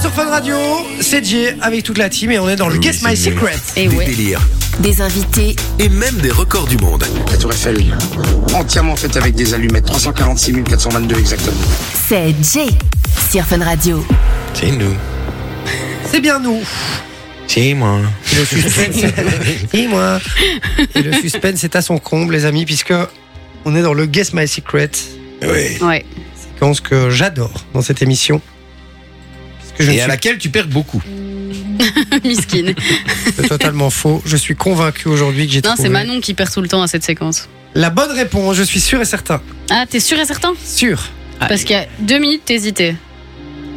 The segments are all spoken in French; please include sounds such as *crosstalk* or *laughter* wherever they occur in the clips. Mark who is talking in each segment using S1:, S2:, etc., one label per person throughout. S1: sur Fun Radio, c'est Jay avec toute la team et on est dans le
S2: Oui,
S1: Guess
S2: c'est
S1: My
S2: Jay.
S1: Secret.
S3: Et
S2: des
S3: ouais.
S2: délires
S3: Des invités,
S2: et même des records du monde.
S4: La tour Eiffel, entièrement faite avec des allumettes, 346 422 exactement.
S3: c'est Jay sur Fun Radio.
S5: C'est nous.
S1: C'est bien nous.
S5: C'est moi.
S1: Le suspense. *laughs* et moi. Et le suspense est à son comble, les amis, puisque on est dans le Guess My Secret,
S5: Oui.
S6: *laughs* Ouais.
S1: séquence que j'adore dans cette émission. Parce que je ne
S5: Et à
S1: suis
S5: laquelle tu perds beaucoup.
S6: Miskine.
S1: que totalement faux. Je suis convaincu aujourd'hui que j'ai
S6: Non,
S1: trouvé
S6: c'est Manon qui perd tout le temps à cette séquence.
S1: la bonne réponse. Je suis sûr et certain.
S6: Ah, t'es sûr et certain
S1: Sûr.
S6: Parce qu'il y a deux minutes, t'hésitais.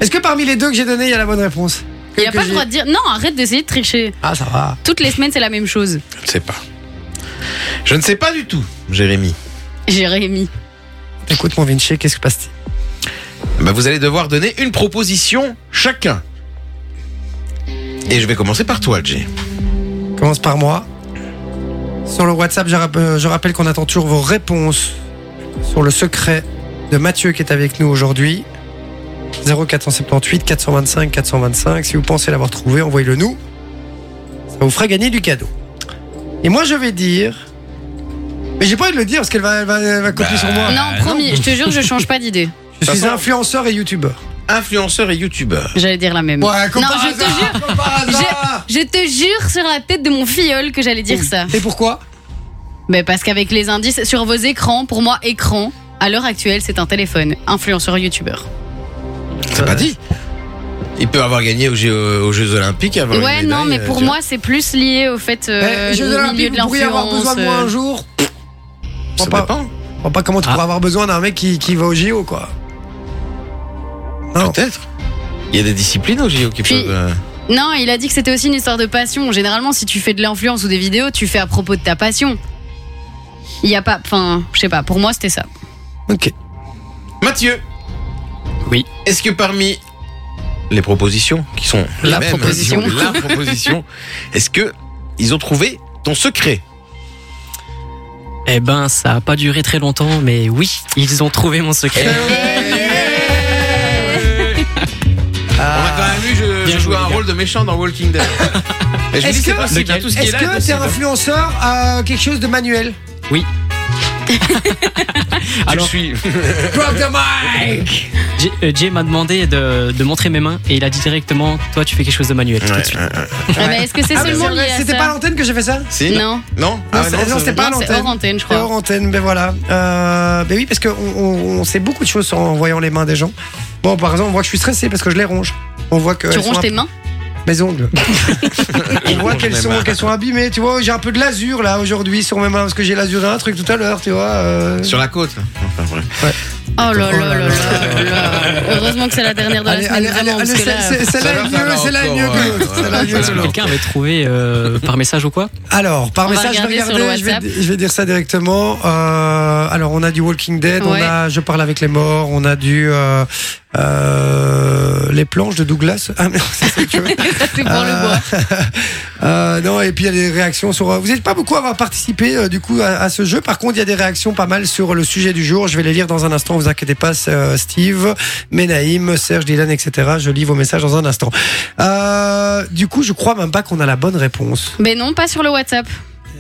S1: Est-ce que parmi les deux que j'ai donné, il y a la bonne réponse Que-
S6: Il n'y a
S1: que
S6: pas le
S1: j'ai-
S6: droit de dire. Non, arrête d'essayer de tricher.
S1: Ah, ça va.
S6: Toutes les semaines, c'est la même chose.
S5: Je ne sais pas. Je ne sais pas du tout, Jérémy.
S6: Jérémy.
S1: Écoute, mon Vinci, qu'est-ce que passe-t-il
S5: Bah, vous allez devoir donner une proposition chacun. Et je vais commencer par toi, Jay.
S1: Commence par moi. Sur le WhatsApp, je, rapp- euh, je rappelle qu'on attend toujours vos réponses sur le secret de Mathieu qui est avec nous aujourd'hui. 0478 425 425. Si vous pensez l'avoir trouvé, envoyez-le nous. Ça vous fera gagner du cadeau. Et moi, je vais dire. Mais j'ai pas envie de le dire parce qu'elle va, elle va, elle va copier sur moi.
S6: non, promis, je te jure, je change pas d'idée.
S1: Je suis
S5: Bah, façon-
S1: influenceur et youtubeur.
S5: Influenceur et youtubeur.
S6: J'allais dire la même.
S5: Ouais,
S6: non, je te jure, je te jure sur la tête de mon filleul que j'allais dire ça.
S1: Et pourquoi
S6: Mais parce qu'avec les indices sur vos écrans, pour moi, écran, à l'heure actuelle, c'est un téléphone. Influenceur youtubeur.
S5: C'est pas dit. Il peut avoir gagné aux Jeux, euh, aux Jeux Olympiques avant. une
S6: Ouais,
S5: médaille,
S6: non, mais
S5: euh,
S6: pour
S5: tu
S6: moi, c'est plus lié au fait euh,
S1: Eh, Jeux
S6: au milieu
S1: Olympiques,
S6: de
S1: vous pourriez avoir besoin
S6: l'influence.
S1: de moi un
S6: euh,
S1: jour.
S5: vois.
S1: Pourquoi
S5: Ça dépend. Ah.
S1: Je vois pas comment tu pourras avoir besoin d'un mec qui, qui va au JO, quoi. Non.
S5: Peut-être. Il y a des disciplines aux JO qui
S6: Puis-
S5: peuvent. euh,
S6: Non, il a dit que c'était aussi une histoire de passion. Généralement, si tu fais de l'influence ou des vidéos, tu fais à propos de ta passion. Il y a pas, enfin, je sais pas. Pour moi, c'était ça.
S1: Ok.
S5: Mathieu.
S7: Oui.
S5: Est-ce que parmi les propositions qui sont les
S6: La
S5: mêmes,
S6: proposition.
S5: disons, la proposition, est-ce que ils ont trouvé ton secret
S7: Eh ben, ça a pas duré très longtemps, mais oui, ils ont trouvé
S5: *laughs*
S7: mon secret.
S5: On a quand même vu, je,
S7: Bien
S5: je jouais
S7: joué,
S5: un
S7: les gars.
S5: rôle de méchant dans Walking Dead. Et je me dis,
S1: Est-ce
S5: c'est
S1: que-
S5: possible, hein, tout ce qui est
S1: Est-ce
S5: là,
S1: que
S5: c'est
S1: t'es
S5: possible.
S1: influenceur à quelque chose de manuel Eh,
S5: Tu
S7: Alors- *laughs*
S5: suis.
S1: Drop the mic
S7: Jay- euh, Jay m'a demandé de, de montrer mes mains et il a dit directement Toi, tu fais quelque chose de manuel. tout de suite.
S6: Ah, mais est-ce que c'est
S1: Ah, mais
S6: seulement hein.
S1: c'est
S6: lié
S1: vrai,
S6: à
S1: C'était
S6: ça
S1: pas à l'antenne que j'ai fait ça
S5: Si
S6: Non,
S5: Non, Ah,
S1: c'est- non,
S5: c'est-
S1: c'est pas à
S6: Non, c'est
S1: l'antenne.
S6: hors antenne, je
S1: C'est
S6: crois.
S1: hors antenne, ben voilà. Euh, ben oui, parce qu'on on, on sait beaucoup de choses en voyant les mains des gens. Bon, par exemple, on voit que je suis stressé parce que je les ronge. On voit que
S6: Tu
S1: elles
S6: ronges
S1: sont
S6: tes mains
S1: ab- mes
S6: *laughs*
S1: ongles. on voit
S5: Ronge
S1: qu'elles
S5: mes
S1: sont,
S5: mains.
S1: qu'elles sont abîmées, tu vois. J'ai un peu de l'azur là aujourd'hui sur mes mains parce que j'ai lazuré un truc tout à l'heure, tu vois. euh.
S5: Sur la côte. Enfin, bref.
S6: Oh là là
S1: Oh là
S6: là là là. Heureusement que c'est la dernière de la
S1: Allez,
S6: semaine,
S1: allez, allez,
S6: vraiment,
S1: allez,
S6: parce que là,
S1: c'est- c'est-
S5: Ça
S1: celle-là est
S5: va, ça
S1: mieux,
S5: va
S1: celle-là est
S5: encore,
S1: mieux
S5: hein.
S1: que
S5: ouais,
S1: l'autre.
S5: ouais,
S1: celle-là est
S5: ouais,
S1: mieux que
S5: ouais.
S1: l'autre.
S7: Quelqu'un avait trouvé euh, par message ou quoi
S1: Alors, par
S6: On va
S1: message, je vais
S6: regarder sur
S1: regarder,
S6: le
S1: je, vais,
S6: WhatsApp.
S1: je vais dire ça directement. Euh, alors, on a du Walking Dead, on
S6: Ouais.
S1: a Je parle avec les morts, on a du euh, euh, Les planches de Douglas. Ah, mais non, c'est ça que tu veux.
S6: *laughs* ça, c'est pour
S1: Ah.
S6: le bois.
S1: Euh, non, et puis il y a des réactions sur. euh, Vous n'êtes pas beaucoup à avoir participé euh, du coup à, à ce jeu. Par contre, il y a des réactions pas mal sur le sujet du jour. Je vais les lire dans un instant. Vous inquiétez pas, c'est, euh, Steve, Menaïm, Serge, Dylan, etc. Je lis vos messages dans un instant. Euh, du coup, je crois même pas qu'on a la bonne réponse.
S6: Mais non, pas sur le WhatsApp.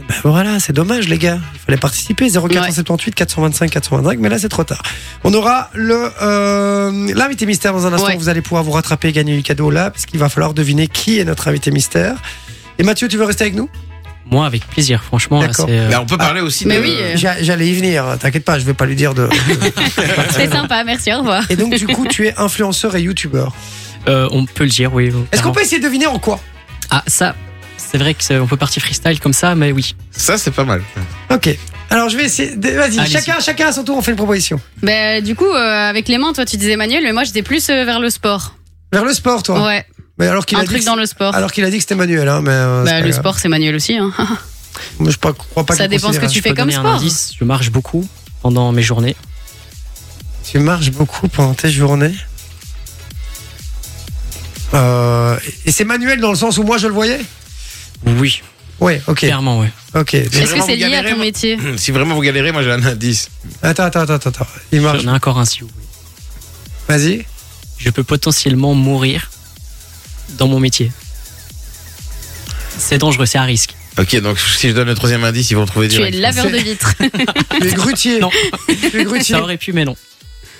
S1: Ben voilà, c'est dommage les gars. Il fallait participer 0478 425 425, mais là c'est trop tard. On aura le euh, l'invité mystère dans un instant.
S6: Ouais.
S1: Vous allez pouvoir vous rattraper et gagner du cadeau là, parce qu'il va falloir deviner qui est notre invité mystère. Et Mathieu, tu veux rester avec nous
S7: Moi, avec plaisir, franchement. là,
S1: D'accord.
S7: c'est, euh,
S5: Mais Bah, on peut parler aussi
S6: Mais
S5: de.
S6: oui. Euh.
S1: J'a- J'allais y venir. T'inquiète pas, je vais pas lui
S6: *laughs*
S1: dire de.
S6: C'est sympa, merci, au revoir.
S1: et donc du coup, tu es influenceur et youtubeur.
S7: euh, on peut le dire, oui.
S1: Est-ce qu'on
S7: clairement.
S1: peut essayer de deviner en quoi
S7: Ah, ça, c'est vrai qu'on peut partir freestyle comme ça, mais oui.
S5: Ça, c'est pas mal.
S1: Ok. Alors je vais essayer. de- Vas-y,
S7: Allez-y.
S1: chacun, chacun à son tour, on fait une proposition.
S6: Bah, du coup, euh, avec les mains, toi tu disais manuel, mais moi j'étais plus euh, vers le sport.
S1: Vers le sport, toi.
S6: Ouais,
S1: Mais alors qu'il
S6: un
S1: a Oh, dit.
S6: truc
S1: que-
S6: dans le sport.
S1: Alors qu'il a dit que c'était manuel, hein, mais. euh, c'est
S6: Bah,
S1: pas
S6: le
S1: grave.
S6: sport, c'est manuel aussi. Hein.
S1: Moi, je pas- crois pas
S6: Ça
S1: qu'il
S6: dépend ce que
S1: considère
S6: tu
S7: Je
S6: fais
S7: peux
S6: comme
S7: donner un
S6: sport. hein.
S7: indice, je marche beaucoup pendant mes journées.
S1: Tu marches beaucoup pendant tes journées Euh, Et c'est manuel dans le sens où moi je le voyais
S7: Oui,
S1: Ouais, ok,
S7: clairement, ouais.
S1: ok. Donc-
S6: Est-ce que
S5: vraiment
S6: c'est lié à
S5: galéré,
S6: ton
S5: moi.
S6: métier
S5: Si vraiment vous galérez, moi j'ai un indice.
S1: attends, attends, attends, attends. Il marche.
S7: *laughs* J'en ai encore un si vous voulez.
S1: Vas-y.
S7: Je peux potentiellement mourir dans mon métier. C'est dangereux, c'est
S1: *laughs*
S7: à risque.
S5: Ok, donc si je donne le troisième indice, ils vont trouver
S6: Tu es
S5: direct.
S6: laveur de
S1: C'est-
S6: vitres.
S1: Tu es grutier.
S7: Non.
S1: Tu es grutier.
S7: Ça aurait pu, mais non.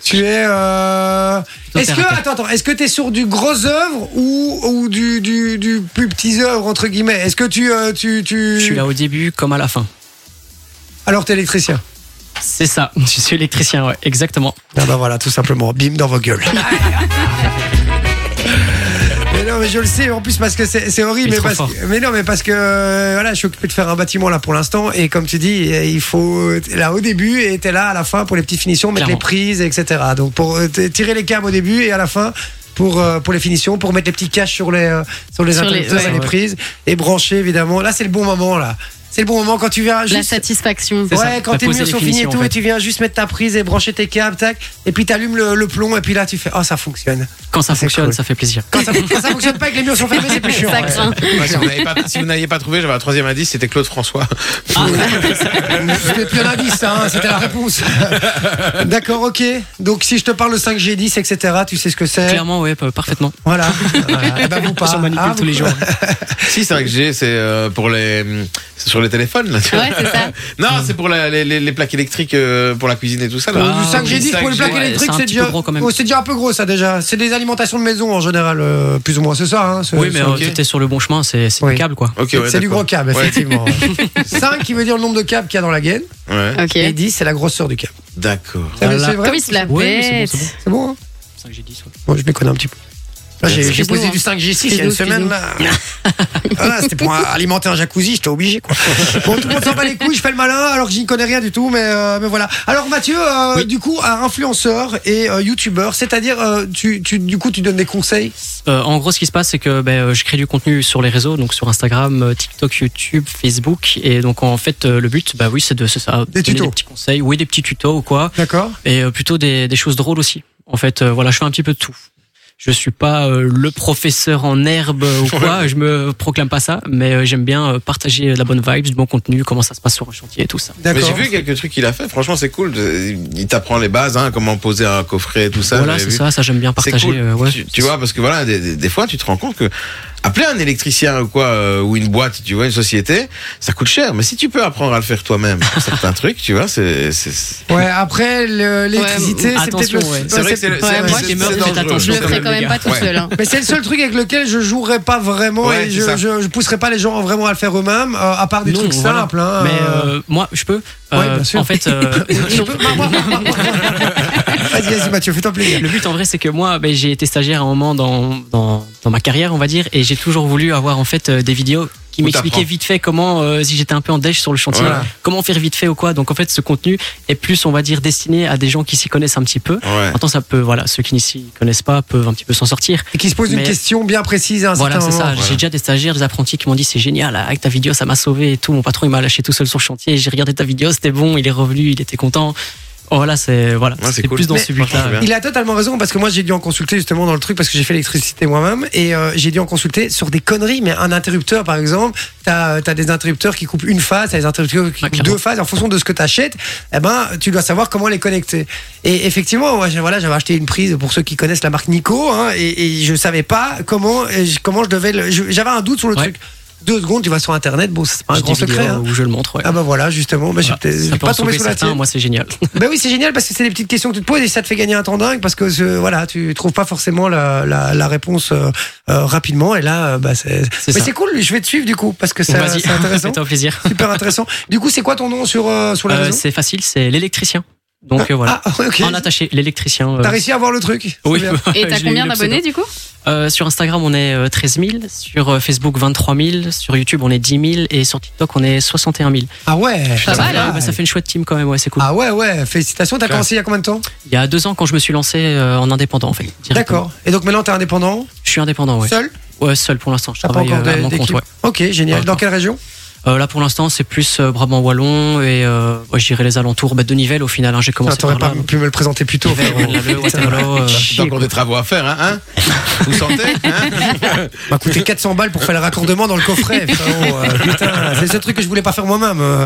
S1: Tu es. euh, Est-ce
S7: terre
S1: que
S7: à terre.
S1: attends, attends, est-ce que t'es sur du gros œuvre ou, ou du, du, du plus petit œuvre entre guillemets Est-ce que tu euh, tu tu.
S7: Je suis là au début comme à la fin.
S1: Alors t'es électricien.
S7: C'est ça, *laughs* je suis électricien, ouais, exactement.
S1: Non, ben voilà, tout simplement, bim dans vos
S7: *laughs*
S1: gueules. Mais non, mais je le sais, en plus, parce que c'est c'est horrible.
S7: Il
S1: Mais,
S7: est trop
S1: parce
S7: fort.
S1: que- mais non, mais parce que euh, voilà, je suis occupé de faire un bâtiment là pour l'instant. Et comme tu dis, euh, il faut. T'es là au début et t'es là à la fin pour les petites finitions, mettre les
S7: Clairement.
S1: prises, etc. Donc pour euh, t- tirer les câbles au début et à la fin. Pour, euh, pour les finitions, pour mettre les petits caches sur les, euh, sur les
S6: Sur les-
S1: interrupteurs et
S6: ouais.
S1: les prises, et brancher évidemment. Là, c'est le bon moment, là. C'est le bon moment quand tu viens
S6: La
S1: juste
S6: satisfaction.
S7: C'est
S1: Ouais,
S7: ça,
S1: quand
S7: t'as
S1: tes
S7: posé
S1: murs
S7: les
S1: sont finis et
S7: finitions,
S1: tout,
S7: en fait.
S1: et tu viens juste mettre ta prise et brancher tes câbles, tac, et puis t'allumes le, le plomb, et puis là tu fais, oh ça fonctionne.
S7: Quand ça
S1: C'est
S7: fonctionne,
S1: cool.
S7: ça fait plaisir.
S1: Quand ça, quand ça fonctionne pas et que les murs sont fermés, c'est plus chiant.
S6: Ça
S1: ouais.
S6: craint.
S5: Ouais, si vous
S1: *laughs*
S5: n'avez pas- si vous n'aviez pas, trouvé, j'avais un troisième indice, c'était Claude François. *laughs*
S1: Ah, C'était plus un indice, ça, hein, c'était la réponse. D'accord, ok. Donc si je te parle de 5G10, etc., tu sais ce que c'est.
S7: Clairement, ouais, p- parfaitement.
S1: Voilà.
S7: *laughs*
S1: voilà. Eh ben, vous pas.
S7: J'en manipule
S1: Ah,
S7: tous
S1: vous-
S7: les jours.
S5: si, 5G, c'est euh, pour les. C'est sur les téléphones, là, tu vois.
S6: Ouais, c'est ça.
S5: Non, c'est pour la- les, les- les plaques électriques euh, pour la cuisine et tout ça, là.
S1: Euh,
S7: Ah,
S1: du 5G10 pour le
S5: 5G,
S1: plaque
S5: ouais,
S1: électrique,
S7: c'est un
S1: c'est
S7: petit
S1: déjà,
S7: peu gros, quand même.
S1: oh, c'est déjà un peu gros ça déjà. C'est des alimentations de maison en général, euh, plus ou moins, c'est ça. hein, ce-
S7: Oui, mais
S1: ce-
S7: euh,
S5: ok.
S7: t'étais sur le bon chemin, c'est c'est
S1: Oui.
S7: du câble, quoi.
S5: Ok,
S1: c'est
S5: ouais,
S1: c'est du
S5: d'accord.
S1: gros câble,
S5: Ouais. *laughs*
S1: effectivement. 5 qui veut dire le nombre de câbles qu'il y a dans la gaine,
S5: Ouais.
S6: *laughs* Ok.
S1: et 10 c'est la grosseur du câble.
S5: D'accord.
S1: Ah, mais
S7: Voilà.
S1: C'est vrai
S6: Comme il se la
S7: Oui, mais c'est bon,
S6: pète.
S7: c'est bon.
S1: C'est bon, hein Bon, je m'y connais un petit peu. Là, j'ai- j'ai
S6: Excuse-nous,
S1: posé
S6: hein.
S1: du 5G6 il y a une
S6: Excuse-nous,
S1: semaine. Là. Voilà, c'était pour un- alimenter un jacuzzi, j'étais obligé. Quoi. Bon, tout le monde s'en bat les couilles, je fais le malin alors que j'y connais rien du tout, mais, euh, mais voilà. Alors Mathieu, euh, du coup, un influenceur et euh, youtubeur, c'est-à-dire, euh, tu, tu- du coup, tu donnes des conseils
S7: Euh, en gros, ce qui se passe, c'est que ben, euh, je crée du contenu sur les réseaux, donc sur Instagram, euh, TikTok, YouTube, Facebook. Et donc, en fait, euh, le but, bah oui, c'est de c'est ça, donner
S1: tutos.
S7: des petits conseils, oui, des petits tutos ou quoi,
S1: D'accord.
S7: et euh, plutôt des, des choses drôles aussi. En fait, euh, voilà, je fais un petit peu de tout. Je suis pas euh, le professeur en herbe euh, ou quoi, je me proclame pas ça, mais euh, j'aime bien euh, partager de la bonne vibe, du bon contenu, comment ça se passe sur un chantier et tout ça.
S5: Mais
S1: D'accord.
S5: j'ai vu quelques trucs qu'il a fait, franchement, c'est cool. Il t'apprend les bases, hein, comment poser un coffret et tout ça.
S7: voilà,
S5: j'avais
S7: c'est
S5: vu.
S7: ça, ça j'aime bien
S5: C'est
S7: partager.
S5: cool.
S7: euh, ouais.
S5: tu, tu vois, parce que voilà, des, des- des fois, tu te rends compte que appeler un électricien ou quoi, euh, ou une boîte, tu vois, une société, ça coûte cher. Mais si tu peux apprendre à le faire toi-même, pour certains trucs, tu vois, c'est. c'est- c'est-
S1: Ouais, après, le- l'électricité,
S7: Ouais,
S1: c'est peut-être
S7: attention,
S1: le-
S7: ouais.
S5: C'est vrai que c'est le-
S1: ouais,
S5: c'est-
S1: ouais,
S7: moi
S5: c'est-
S7: qui
S5: c'est
S7: meurs, faites
S5: dangereux.
S6: Je
S7: attention.
S6: le ferai quand même pas tout
S5: Ouais.
S6: seul. hein.
S1: Mais c'est le seul truc avec lequel je jouerais pas vraiment
S5: Ouais,
S1: et
S5: c'est
S1: je,
S5: ça.
S1: je, je pousserais pas les gens vraiment à le faire eux-mêmes, euh, à part des
S7: Non,
S1: trucs
S7: voilà.
S1: simples. hein,
S7: Mais
S1: euh, *laughs*
S7: euh, moi, je peux.
S1: Ouais,
S7: Euh,
S1: bien sûr.
S7: En fait, euh,
S1: *laughs* Je peux- Vas-y, vas-y, Mathieu, fais-toi plaisir.
S7: Le but en vrai, c'est que moi, ben, j'ai été stagiaire à un moment dans, dans, dans ma carrière, on va dire, et j'ai toujours voulu avoir en fait euh, des vidéos qui
S5: Où
S7: m'expliquaient
S5: t'apprends.
S7: vite fait comment, euh, si j'étais un peu en déche sur le chantier,
S5: Voilà.
S7: comment faire vite fait ou quoi. Donc en fait, ce contenu est plus, on va dire, destiné à des gens qui s'y connaissent un petit peu.
S5: Ouais.
S7: Maintenant, ça peut, voilà, ceux qui n'y s'y connaissent pas peuvent un petit peu s'en sortir.
S1: Et qui se pose une
S7: Mais-
S1: question bien précise à un
S7: Voilà,
S1: certain
S7: c'est
S1: moment.
S7: ça.
S5: voilà.
S7: J'ai déjà des stagiaires, des apprentis qui m'ont dit c'est génial, avec ta vidéo, ça m'a sauvé et tout. Mon patron, il m'a lâché tout seul sur le chantier. J'ai regardé ta vidéo, c'était bon, il est revenu, il était content. Oh, voilà, c'est voilà,
S5: Ouais, c'est
S7: c'était
S5: cool.
S7: plus dans
S5: Mais-
S7: ce but-là.
S5: Franchement, c'est bien.
S1: Il a totalement raison parce que moi j'ai dû en consulter justement dans le truc parce que j'ai fait l'électricité moi-même et euh, j'ai dû en consulter sur des conneries. Mais un interrupteur par exemple, t'as as des interrupteurs qui coupent une phase, t'as des interrupteurs qui
S7: Ah,
S1: coupent
S7: clairement.
S1: deux phases en fonction de ce que t'achètes. Eh ben tu dois savoir comment les connecter. Et effectivement, moi j'ai- voilà, j'avais acheté une prise pour ceux qui connaissent la marque Nico hein, et, et je savais pas comment et je- comment je devais. le- je- J'avais un doute sur le
S7: Ouais.
S1: truc. Deux secondes, tu vas sur internet, bon, c'est pas un
S7: J'ai
S1: grand
S7: des
S1: secret.
S7: vidéos
S1: hein.
S7: Où je le montre, ouais.
S1: Ah bah voilà, justement, bah,
S7: Voilà,
S1: j'ai peut-être-
S7: ça
S1: j'ai
S7: peut en
S1: pas tombé
S7: sauver
S1: sous la
S7: certains,
S1: tienne.
S7: moi c'est génial.
S1: Ben oui, c'est génial parce que c'est des petites questions que tu te poses et ça te fait gagner un temps dingue parce que euh, voilà, tu trouves pas forcément la, la, la réponse euh, euh, rapidement et là, euh, bah, c'est. Mais
S7: ça.
S1: c'est cool, je vais te suivre du coup parce que c'est
S7: *laughs* Vas-y,
S1: c'est intéressant.
S7: fais-toi plaisir.
S1: Super intéressant. Du coup, c'est quoi ton nom sur, euh, sur la
S7: Euh,
S1: réseau
S7: c'est facile, c'est l'électricien. Donc euh, voilà.
S1: Ah, ok.
S7: En attaché, l'électricien. euh,
S1: T'as réussi à voir le truc C'est
S7: oui.
S1: bien. *laughs*
S6: Et t'as
S7: Je l'ai eu,
S6: combien
S7: le
S6: d'abonnés du coup
S7: pseudo. Euh, Sur Instagram, on est euh, 13 000. Sur euh, Facebook, 23 000. Sur YouTube, on est 10 000. Et sur TikTok, on est 61 000.
S1: Ah ouais
S6: Pas mal,
S7: Ouais, bah, ça fait une chouette team quand même, ouais, c'est cool.
S1: Ah ouais, ouais, félicitations. T'as
S5: Classe.
S1: commencé il y a combien de temps
S7: Il y a deux ans, quand je me suis lancé euh, en indépendant, en fait. directement.
S1: D'accord. Et donc maintenant, t'es indépendant
S7: Je suis indépendant, ouais.
S1: Seul
S7: Ouais, seul pour l'instant. Je
S1: T'as pas
S7: travaille
S1: encore
S7: euh, à
S1: de-
S7: mon compte,
S1: d'équipe
S7: ouais.
S1: Ok, génial.
S7: Pas
S1: Dans
S7: encore.
S1: quelle région
S7: Euh, là, pour l'instant, c'est plus euh, Brabant-Wallon et euh, ouais, je dirais les alentours bah, de Nivelles au final. hein, J'ai
S1: Ah,
S7: commencé
S1: T'aurais
S7: par là.
S1: pas pu me le présenter plus tôt.
S7: Nivelles,
S1: frérot.
S7: Grenoble,
S1: *laughs*
S6: Ah,
S7: Waterloo, euh,
S5: T'as encore des travaux à faire, hein, hein Vous sentez hein
S1: m'a coûté 400 balles pour faire le raccordement dans le coffret. frérot. Euh, putain, c'est ce truc que je voulais pas faire moi-même. Euh,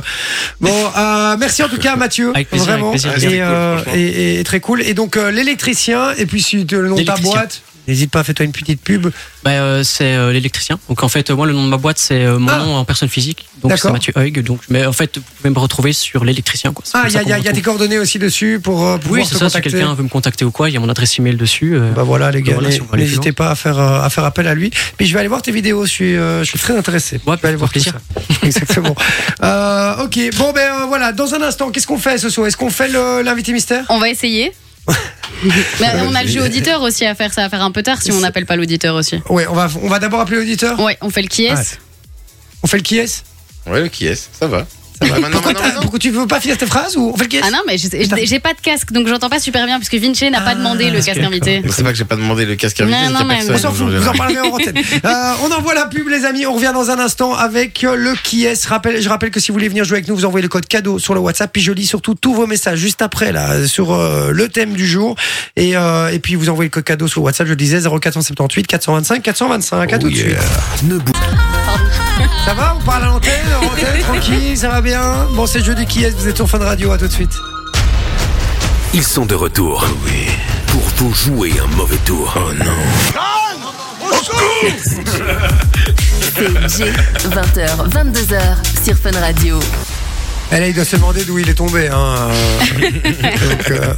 S1: Bon, euh, merci en tout cas, Mathieu.
S7: Avec plaisir,
S1: vraiment.
S7: avec plaisir.
S1: Et, euh, et- et très cool. Et donc euh, l'électricien, et puis si tu- le nom de ta
S7: L'électricien.
S1: boîte. N'hésite pas, fais-toi une petite pub.
S7: Bah, euh, c'est euh, l'électricien. Donc en fait, euh, moi, le nom de ma boîte, c'est euh, mon
S1: Ah.
S7: nom en personne physique. Donc
S1: D'accord.
S7: c'est Mathieu Huyghe. Donc, mais en fait, vous pouvez me retrouver sur l'électricien. quoi. C'est
S1: Ah,
S7: comme
S1: il y
S7: ça
S1: a,
S7: qu'on
S1: y a- y a
S7: me
S1: tes
S7: retrouve.
S1: coordonnées aussi dessus pour, euh, pouvoir
S7: Oui,
S1: te
S7: c'est ça. Si
S1: contacter.
S7: quelqu'un veut me contacter ou quoi, il y a mon adresse email dessus. euh,
S1: Bah voilà les
S7: Donc
S1: gars,
S7: voilà,
S1: n'hé-
S7: si on va aller
S1: n'hésitez pas à faire, euh, à faire appel à lui. Mais je vais aller voir tes vidéos, je suis, euh, je suis très intéressé.
S7: Ouais,
S1: je vais aller
S7: avec
S1: voir tout
S7: plaisir.
S1: ça. *laughs* Exactement. Euh, ok, bon ben euh, voilà, dans un instant, qu'est-ce qu'on fait ce soir Est-ce qu'on fait le- l'invité mystère
S6: On va essayer. Mais on a le jeu auditeur aussi à faire, ça va faire un peu tard si on n'appelle pas l'auditeur aussi.
S1: Ouais, on va, on va d'abord appeler l'auditeur.
S6: Ouais, on fait le qui est.
S1: Ouais. On fait le qui est
S5: Ouais, le qui est Ça va. Ça va. Maintenant,
S1: pourquoi,
S5: maintenant,
S1: t'as-
S5: maintenant.
S1: pourquoi tu veux pas finir tes phrases ou on fait le qui est
S6: Ah non, mais je- j'ai j'ai pas de casque, donc j'entends pas super bien, puisque Vinci n'a
S1: Ah,
S6: pas demandé le
S1: ok,
S6: casque invité.
S5: C'est pas que j'ai pas demandé le casque à
S6: Non,
S5: invité,
S6: non,
S5: c'était
S6: mais-
S5: personne,
S1: On s'en fout,
S5: en
S1: vous en
S5: général.
S1: parlerez en antenne. Euh, on envoie la pub, les amis. On revient dans un instant avec euh, le qui est. Je rappelle, je rappelle que si vous voulez venir jouer avec nous, vous envoyez le code cadeau sur le WhatsApp. Puis je lis surtout tous vos messages juste après, là, sur euh, le thème du jour. Et, euh, et puis vous envoyez le code cadeau sur le WhatsApp, je le disais, 0478 425 425. À tout de
S2: Oh yeah.
S1: suite.
S2: Ne bouge
S1: Ça va On parle à l'antenne en antenne, Tranquille, ça va bien Bon, c'est le jeu du qui est. Vous êtes sur Fun Radio. À tout de suite.
S2: Ils sont de retour. Ah Oui. Pour vous jouer un mauvais tour. Oh non. *laughs*
S3: C'est Jay, 20h, 22h sur Fun Radio.
S1: Elle, il doit se demander d'où il est tombé. Hein. euh, donc, euh,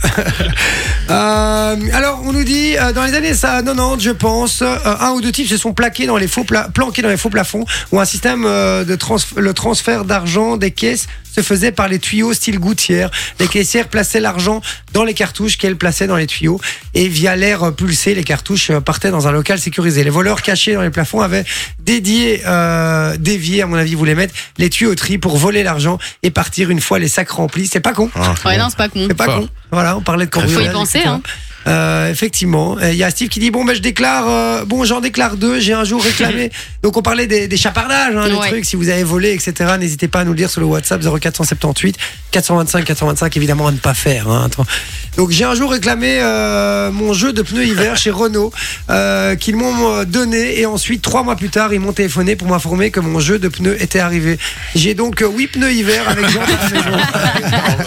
S1: *laughs* euh, alors, on nous dit, euh, dans les années ça, 90, je pense, euh, un ou deux types se sont plaqués dans les faux pla- planqués dans les faux plafonds, où un système euh, de trans- le transfert d'argent des caisses se faisait par les tuyaux style gouttière. Les caissières plaçaient l'argent dans les cartouches qu'elles plaçaient dans les tuyaux, et via l'air euh, pulsé, les cartouches euh, partaient dans un local sécurisé. Les voleurs cachés dans les plafonds avaient dédié, euh, dévié, à mon avis, vous les mettre, les tuyauteries pour voler l'argent et partir une fois les sacs remplis. C'est pas con.
S5: Ah,
S6: Ouais, non, c'est pas con.
S1: C'est pas
S5: Fort.
S1: con. Voilà, on parlait de
S5: Faut y
S1: cambriolage.
S6: penser,
S1: etc.
S6: hein.
S1: Euh, effectivement. Et Il y a Steve qui dit Bon, ben, je déclare, euh, bon, j'en déclare deux, j'ai un jour
S6: *laughs*
S1: réclamé. Donc, on parlait des, des chapardages, hein, des
S6: Ouais.
S1: trucs. Si vous avez volé, etc., n'hésitez pas à nous le dire sur le WhatsApp 0478 425 425, évidemment, à ne pas faire. hein. Attends. Donc, j'ai un jour réclamé euh, mon jeu de pneus hiver chez Renault, euh, qu'ils m'ont euh, donné. Et ensuite, trois mois plus tard, ils m'ont téléphoné pour m'informer que mon jeu de pneus était arrivé. J'ai donc euh, huit pneus hiver avec Jean à la maison.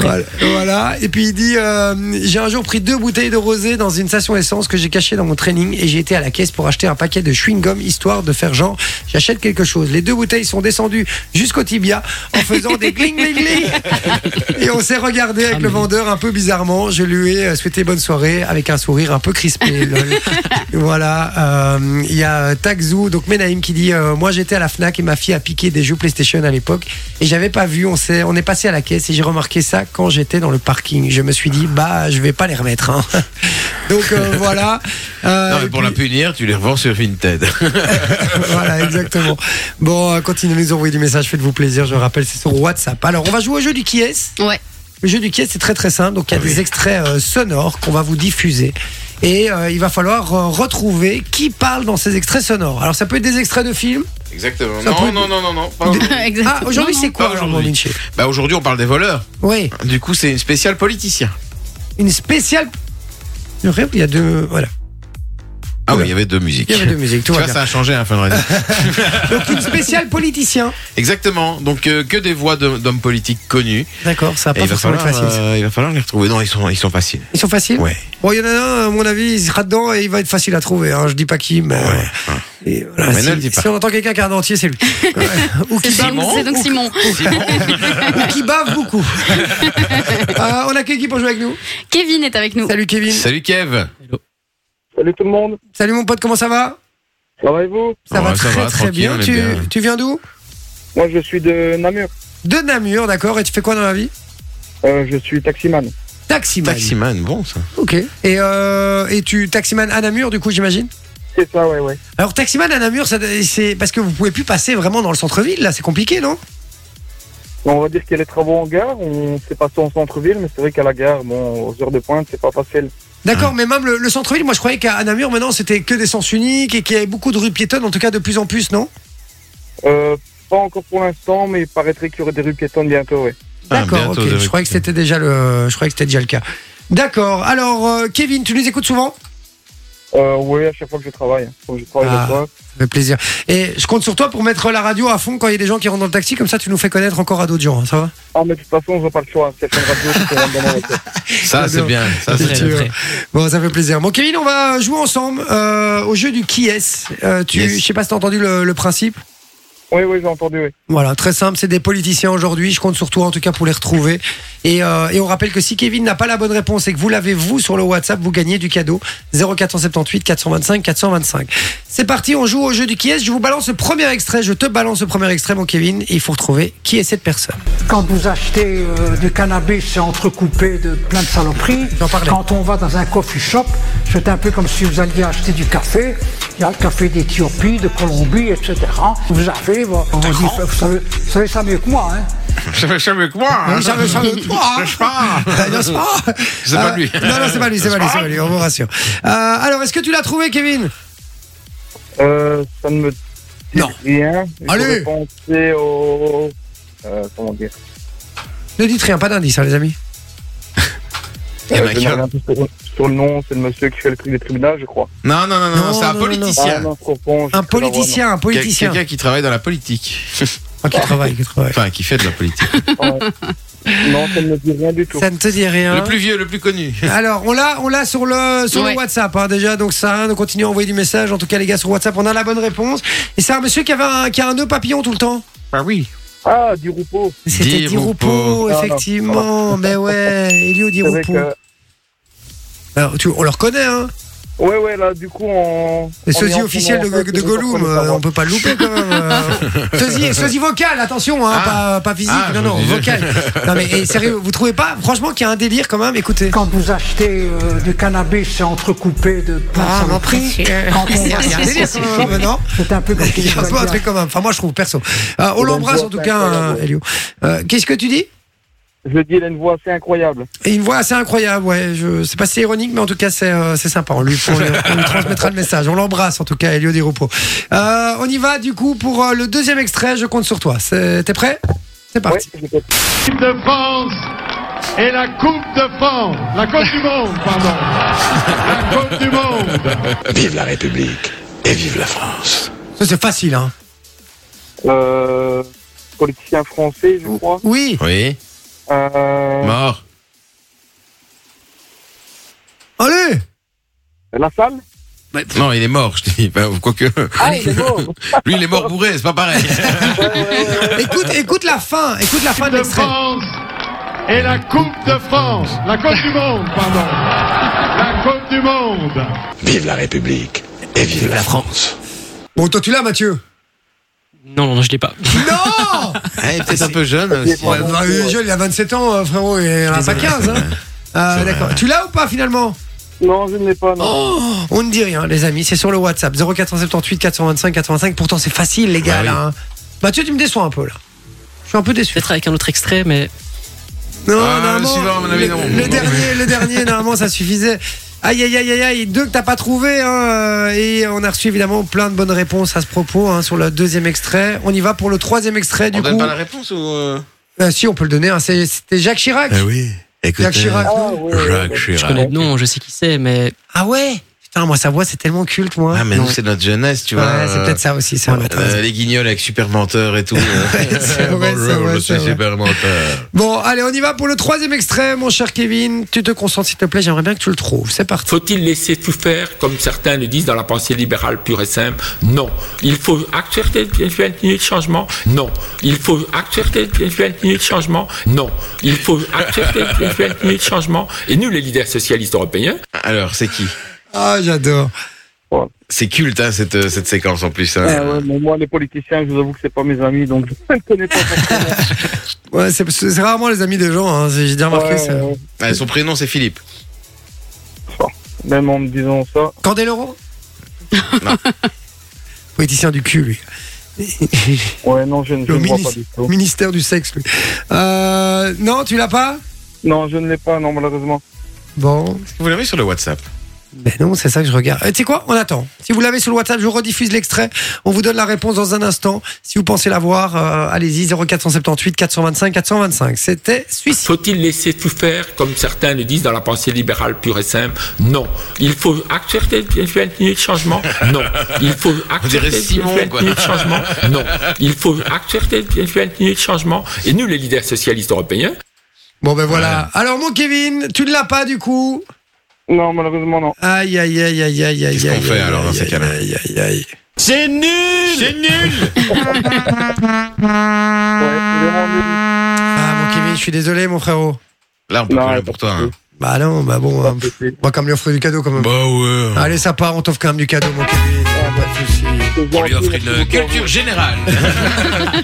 S1: Voilà. Voilà. Et puis il dit euh, J'ai un jour pris deux bouteilles de rosé dans une station essence que j'ai cachée dans mon training et j'ai été à la caisse pour acheter un paquet de chewing-gum histoire de faire genre j'achète quelque chose. Les deux bouteilles sont descendues jusqu'au tibia en faisant des gling gling gling. Et on s'est regardé avec le vendeur un peu bizarrement. Je lui ai euh, souhaité bonne soirée avec un sourire un peu crispé. lol. voilà. Euh, Il y a Tagzou, donc Menaïm qui dit euh, Moi j'étais à la Fnac et ma fille a piqué des jeux PlayStation à l'époque et j'avais pas vu. On, s'est- on est passé à la caisse et j'ai remarqué ça quand j'étais dans le parking. Je me suis dit Bah, je vais pas les remettre. hein. *laughs* donc euh, voilà. Euh,
S5: Non, mais
S1: et
S5: pour
S1: puis-
S5: la punir, tu les revends sur Vinted.
S1: *laughs* voilà, exactement. Bon, euh, continuez de nous envoyer des messages, faites-vous plaisir. Je rappelle, c'est sur WhatsApp. Alors, on va jouer au jeu du qui est.
S6: Ouais. *laughs*
S1: Le jeu du qui est, c'est très très simple. Donc, il y a des extraits euh, sonores qu'on va vous diffuser. Et euh, il va falloir euh, retrouver qui parle dans ces extraits sonores. Alors, ça peut être des extraits de films.
S5: Exactement.
S1: Ça peut-
S5: Non, non, non, non, non. pas aujourd'hui.
S1: Ah,
S6: Exactement.
S1: aujourd'hui,
S6: Non,
S1: c'est quoi,
S5: pas
S1: alors, mon
S5: aujourd'hui.
S1: Vinci
S5: Bah aujourd'hui, on parle des voleurs.
S1: Oui,
S5: Du coup, c'est une spéciale politicien.
S1: une spéciale. Je rêve, il y a deux. Voilà.
S5: Ah oui, il y avait deux musiques.
S1: Il y avait deux musiques, tout
S5: Tu
S1: va
S5: vois,
S1: bien.
S5: ça a changé un
S1: *laughs*
S5: Fun Radio.
S1: Donc, une spéciale politicien.
S5: Exactement. Donc euh, que des voix de- d'hommes politiques connus.
S1: D'accord, ça va
S5: Et
S1: Ah, pas
S5: il va
S1: forcément
S5: falloir,
S1: être facile. ça.
S5: euh, il va falloir les retrouver. Non, ils sont, ils sont faciles.
S1: Ils sont faciles
S5: Ouais.
S1: Bon, il y en a un, à mon avis, il sera dedans et il va être facile à trouver. Hein. Je dis pas qui, mais. euh, Et voilà,
S5: Mais ne le
S1: si,
S5: dis pas.
S1: si on entend quelqu'un qui a un dentier, *laughs* c'est lui. Ouais. ou qui
S6: C'est
S1: bave,
S6: donc, c'est donc
S1: ou-
S6: Simon.
S1: ou qui bave beaucoup. *laughs* Euh, on a qui pour jouer avec nous
S6: Kevin est avec nous.
S1: Salut Kevin.
S5: Salut Kev.
S8: Salut tout le monde,
S1: Salut mon pote, comment ça va
S8: travaillez-vous
S1: Ça
S5: Ouais,
S1: va
S5: ça
S1: très
S5: va,
S1: très
S5: tranquille,
S1: bien.
S5: on est
S1: Tu,
S5: bien.
S1: tu viens d'où
S8: Moi je suis de Namur,
S1: De Namur, d'accord. Et tu fais quoi dans la vie
S8: Euh, je suis taximan.
S1: Taximan.
S5: Taximan, bon ça.
S1: Ok. Et, euh, et tu taximan à Namur, du coup, j'imagine
S8: C'est ça, ouais, ouais.
S1: Alors taximan à Namur, ça- c'est parce que vous pouvez plus passer vraiment dans le centre-ville, là, c'est compliqué, non
S8: On va dire qu'il y a les travaux en gare, on s'est passé en centre-ville, mais c'est vrai qu'à la gare, bon, aux heures de pointe, c'est pas facile.
S1: D'accord, mais même le, le centre-ville, moi je croyais qu'à à Namur, maintenant c'était que des sens uniques et qu'il y avait beaucoup de rues piétonnes, en tout cas de plus en plus, non
S8: Euh, pas encore pour l'instant, mais il paraîtrait qu'il y aurait des rues piétonnes bientôt, ouais.
S5: Ah,
S1: D'accord,
S5: bientôt
S1: ok.
S5: des rues
S1: Je croyais que
S5: piétonnes.
S1: c'était déjà le, je croyais que c'était déjà le cas. D'accord. Alors, euh, Kevin, tu nous écoutes souvent
S8: Euh, oui, à chaque fois que je travaille. Comme je travaille
S1: Ah.
S8: le soir.
S1: Ça fait plaisir. Et je compte sur toi pour mettre la radio à fond quand il y a des gens qui rentrent dans le taxi, comme ça tu nous fais connaître encore à d'autres gens, hein, ça va
S8: Ah, mais de toute façon, je n'ai pas le choix. Certaines radios, c'est vraiment dans mon tête.
S5: Ça, c'est bien. Ça, c'est
S1: Bien
S7: Très,
S5: bien.
S1: sûr.
S7: très.
S1: Bon, ça fait plaisir. Bon, Kevin, on va jouer ensemble euh, au jeu du qui est. tu,
S5: Yes.
S1: Je sais pas si t'as entendu le, le principe.
S8: Oui, oui, j'ai entendu, oui.
S1: Voilà, très simple, c'est des politiciens aujourd'hui. Je compte sur toi en tout cas pour les retrouver. Et, euh, et on rappelle que si Kevin n'a pas la bonne réponse et que vous l'avez vous sur le WhatsApp, vous gagnez du cadeau 0478 425 425. C'est parti, on joue au jeu du qui est. Je vous balance le premier extrait, je te balance le premier extrait, mon Kevin, et il faut retrouver qui est cette personne.
S9: Quand vous achetez euh, du cannabis, c'est entrecoupé de plein de saloperies.
S1: J'en parlais.
S9: Quand on va dans un coffee shop, c'est un peu comme si vous alliez acheter du café. Il y a le café d'Éthiopie, de Colombie, etc. Vous avez, vos- vos diff- vous, savez, vous savez ça mieux que moi. Hein
S5: Je fais jamais que moi. hein.
S1: Oui, Charles- Charles- *laughs* Ah,
S5: Je pars.
S1: Euh, non, c'est pas...
S5: C'est pas
S1: Euh,
S5: lui.
S1: Non, non, c'est pas lui, c'est pas lui, c'est pas lui, on vous rassure. Euh, alors, est-ce que tu l'as trouvé, Kevin
S8: Euh, ça ne me dit
S1: Non.
S8: rien.
S1: Allez.
S8: J'aurais pensé au... euh, comment dire
S1: Ne dites rien, pas d'indice, hein, les amis.
S5: Il y en a
S8: Euh, je
S5: qu'un.
S8: me rappelle un peu sur, sur le nom, c'est le monsieur qui fait le prix des tribunaux, je crois.
S5: Non, non, non, non,
S1: Non,
S5: c'est
S1: non,
S5: un
S1: non,
S5: politicien.
S8: Ah non, je comprends, je
S1: Un
S8: sais pas,
S1: politicien, un
S5: Quel-
S1: politicien.
S5: Quelqu'un qui travaille dans
S1: *laughs*
S5: la politique.
S1: Ah, qui travaille, qui travaille.
S5: Enfin, qui fait de la politique.
S8: vraiment. Non, ça ne me dit rien du tout.
S1: Ça ne te dit rien.
S5: Le plus vieux, le
S1: *laughs*
S5: plus connu.
S1: Alors, on l'a, on l'a sur le, sur
S6: Ouais.
S1: le WhatsApp, hein, déjà. Donc, ça sert à rien de continuer à envoyer du message. En tout cas, les gars, sur WhatsApp, on a la bonne réponse. Et c'est un monsieur qui avait un, qui a un nœud papillon tout le temps.
S5: Bah oui.
S8: Ah, du repos.
S1: C'était
S5: Di
S1: Di
S5: Rupo.
S1: Rupo,
S8: Ah, non.
S1: effectivement. Mais ouais, Elio Di
S8: C'est vrai
S1: Rupo.
S8: que...
S1: Alors, tu- on le reconnaît, hein.
S8: Ouais, ouais, là, du coup, on...
S1: Le
S8: on est
S1: sosie
S8: en
S1: officiel de,
S8: train
S1: de
S8: faire
S1: Gollum,
S8: connaître
S1: euh,
S8: avant.
S1: on peut pas le louper quand même.
S8: *laughs*
S1: euh. sosie, sosie vocale, attention, hein,
S5: Ah.
S1: pas, pas physique,
S5: Ah,
S1: non,
S5: je
S1: non,
S5: me disais.
S1: vocale. Non mais et sérieux, vous trouvez pas Franchement, qu'il y a un délire quand même, écoutez.
S9: Quand vous achetez euh, du cannabis, c'est entrecoupé de plein
S1: Ah,
S9: de
S1: m'en
S9: saloperies.
S1: prie.
S9: Quand
S1: *laughs*
S9: on
S1: Il y
S9: va
S1: a un délire quand même, hein, non
S9: c'est un peu comme si
S1: Il y a
S9: vous
S1: un peu un
S9: alliez
S1: truc quand même. Enfin, moi, je trouve perso. Euh, on
S8: Et
S1: l'embrasse en
S8: bonne
S1: tout
S8: voix,
S1: cas, hein,
S8: incroyable.
S1: Elio. Euh, Qu'est-ce que tu dis
S8: Je le dis, il a une voix assez incroyable.
S1: Et une voix assez incroyable, ouais. Je... C'est pas si ironique, mais en tout cas, c'est euh, c'est sympa. On lui, on lui- on lui transmettra le message. On l'embrasse, en tout cas, Elio Di Rupo. Euh, on y va, du coup, pour euh, le deuxième extrait. Je compte sur toi. C'est- T'es prêt C'est
S8: Ouais,
S1: parti.
S8: j'écoute.
S10: de France et la Coupe de France. La Coupe du Monde, pardon. La Coupe du Monde.
S2: Vive la République et vive la France.
S1: Ça, c'est facile, hein.
S8: Euh, politicien français,
S1: Oh.
S8: je crois.
S1: Oui.
S5: Oui.
S8: Euh,
S5: Mort.
S1: Allez
S8: la salle
S1: Bah,
S5: Non, il est mort, je dis. Bah, quoique.
S8: Ah, il est mort
S5: *laughs* Lui, il est mort bourré, c'est pas pareil.
S1: Écoute, écoute la fin. Écoute la fin de
S10: De
S1: l'extrait.
S10: France et la Coupe de France. La Coupe du Monde, pardon. La Coupe du Monde.
S2: Vive la République et vive la France.
S1: Bon, toi, tu l'as, Mathieu
S7: Non, non, je l'ai pas.
S1: *laughs* Non
S5: Ah, il est peut-être un peu jeune aussi.
S1: Ouais, bah,
S8: ouais.
S1: le jeune, Il a 27 ans, euh, frérot. Il en a pas 15, hein. Euh, D'accord. Tu l'as ou pas, finalement
S8: Non, je ne l'ai pas,
S1: Oh.
S8: non.
S1: On ne dit rien, les amis, c'est sur le WhatsApp 0478 425 425. Pourtant, c'est facile, les gars.
S5: Bah oui.
S1: là, hein. Mathieu, tu me déçois un peu là. Je suis un peu déçu.
S7: *laughs* Peut-être avec un autre extrait, mais
S1: Non,
S5: Ah,
S1: normalement,
S5: le suivant, à mon avis,
S1: le-
S5: non.
S1: le dernier, le dernier,
S5: *laughs*
S1: normalement, ça suffisait. Aïe, aïe, aïe, aïe, aïe, deux que t'as pas trouvé. hein, et on a reçu évidemment plein de bonnes réponses à ce propos hein, sur le deuxième extrait. On y va pour le troisième extrait
S5: On
S1: du
S5: donne
S1: coup.
S5: pas la réponse ou. euh
S1: Euh, si, on peut le donner. hein, c'est- C'était Jacques Chirac.
S5: Eh oui.
S1: Jacques Chirac.
S8: Ah,
S1: non
S8: ouais, ouais, ouais.
S7: je connais le nom, je sais qui c'est, mais
S1: Ah ouais Putain, moi, sa voix, c'est tellement culte, moi.
S5: Ah, mais nous,
S1: Ouais,
S5: c'est notre jeunesse, tu
S1: c'est
S5: vois. euh,
S1: peut-être ça aussi, c'est un
S5: euh, les guignols avec super menteur
S1: *laughs*
S5: et tout. euh.
S1: c'est vrai,
S5: Bonjour,
S1: c'est vrai,
S5: je
S1: c'est
S5: suis
S1: vrai.
S5: super menteur.
S1: Bon, allez, on y va pour le troisième extrait, mon cher Kevin. Tu te concentres, s'il te plaît. J'aimerais bien que tu le trouves. C'est parti.
S11: Faut-il laisser tout faire, comme certains le disent dans la pensée libérale pure et simple Non. Il faut accepter le changement Non. Il faut accepter le changement Non. Il faut accepter le changement Et nous, les leaders socialistes européens,
S5: Alors, c'est qui
S1: Ah, j'adore.
S5: C'est culte, hein, cette, euh, cette séquence en plus. hein.
S8: Ah ouais, mais moi, les politiciens, je vous avoue que c'est pas mes amis, donc je ne connais pas forcément.
S1: *laughs* Ouais, c'est c'est rarement les amis des gens. hein. J'ai bien remarqué
S8: Ouais,
S1: ça.
S8: ouais.
S5: Ah, son prénom, c'est Philippe.
S8: Même en me disant ça.
S1: Candeloro
S5: Non.
S1: Poéticien du cul, lui.
S8: Ouais, non, je, ne- je
S1: Le
S8: ne vois pas
S1: minis-
S8: du tout.
S1: ministère du sexe, lui. Euh, non, tu l'as pas
S8: Non, je ne l'ai pas, non, malheureusement.
S1: Bon.
S5: Vous l'avez sur le WhatsApp
S1: Mais non, c'est ça que je regarde. Euh, tu sais quoi On attend. Si vous l'avez sur le WhatsApp, je vous rediffuse l'extrait. On vous donne la réponse dans un instant. Si vous pensez l'avoir, euh, allez-y 0478 425 425. C'était
S11: Faut-il laisser tout faire, comme certains le disent dans la pensée libérale pure et simple Non. Il faut accepter le changement Non. Il faut accepter
S5: dirait Simon, quoi.
S11: le changement Non. Il faut accepter le changement. Et nous, les leaders socialistes européens,
S1: Bon ben voilà. Alors mon Kevin, tu ne l'as pas du coup
S8: Non, malheureusement non.
S1: Aïe aïe aïe aïe aïe aïe. Qu'est-ce qu'on fait alors dans ces cas-là
S12: C'est nul C'est nul
S1: Ah mon Kevin, je suis désolé mon frérot.
S5: Là, on peut plus rien pour toi. hein.
S1: Bah non, bah bon, hein, pff, on va quand même lui offrir du cadeau quand même.
S5: Bah ouais.
S12: Ah,
S1: Allez, ça part, on t'offre quand même du cadeau, mon Kevin. Ah, Pas de souci.
S12: On lui offre une culture *laughs* générale.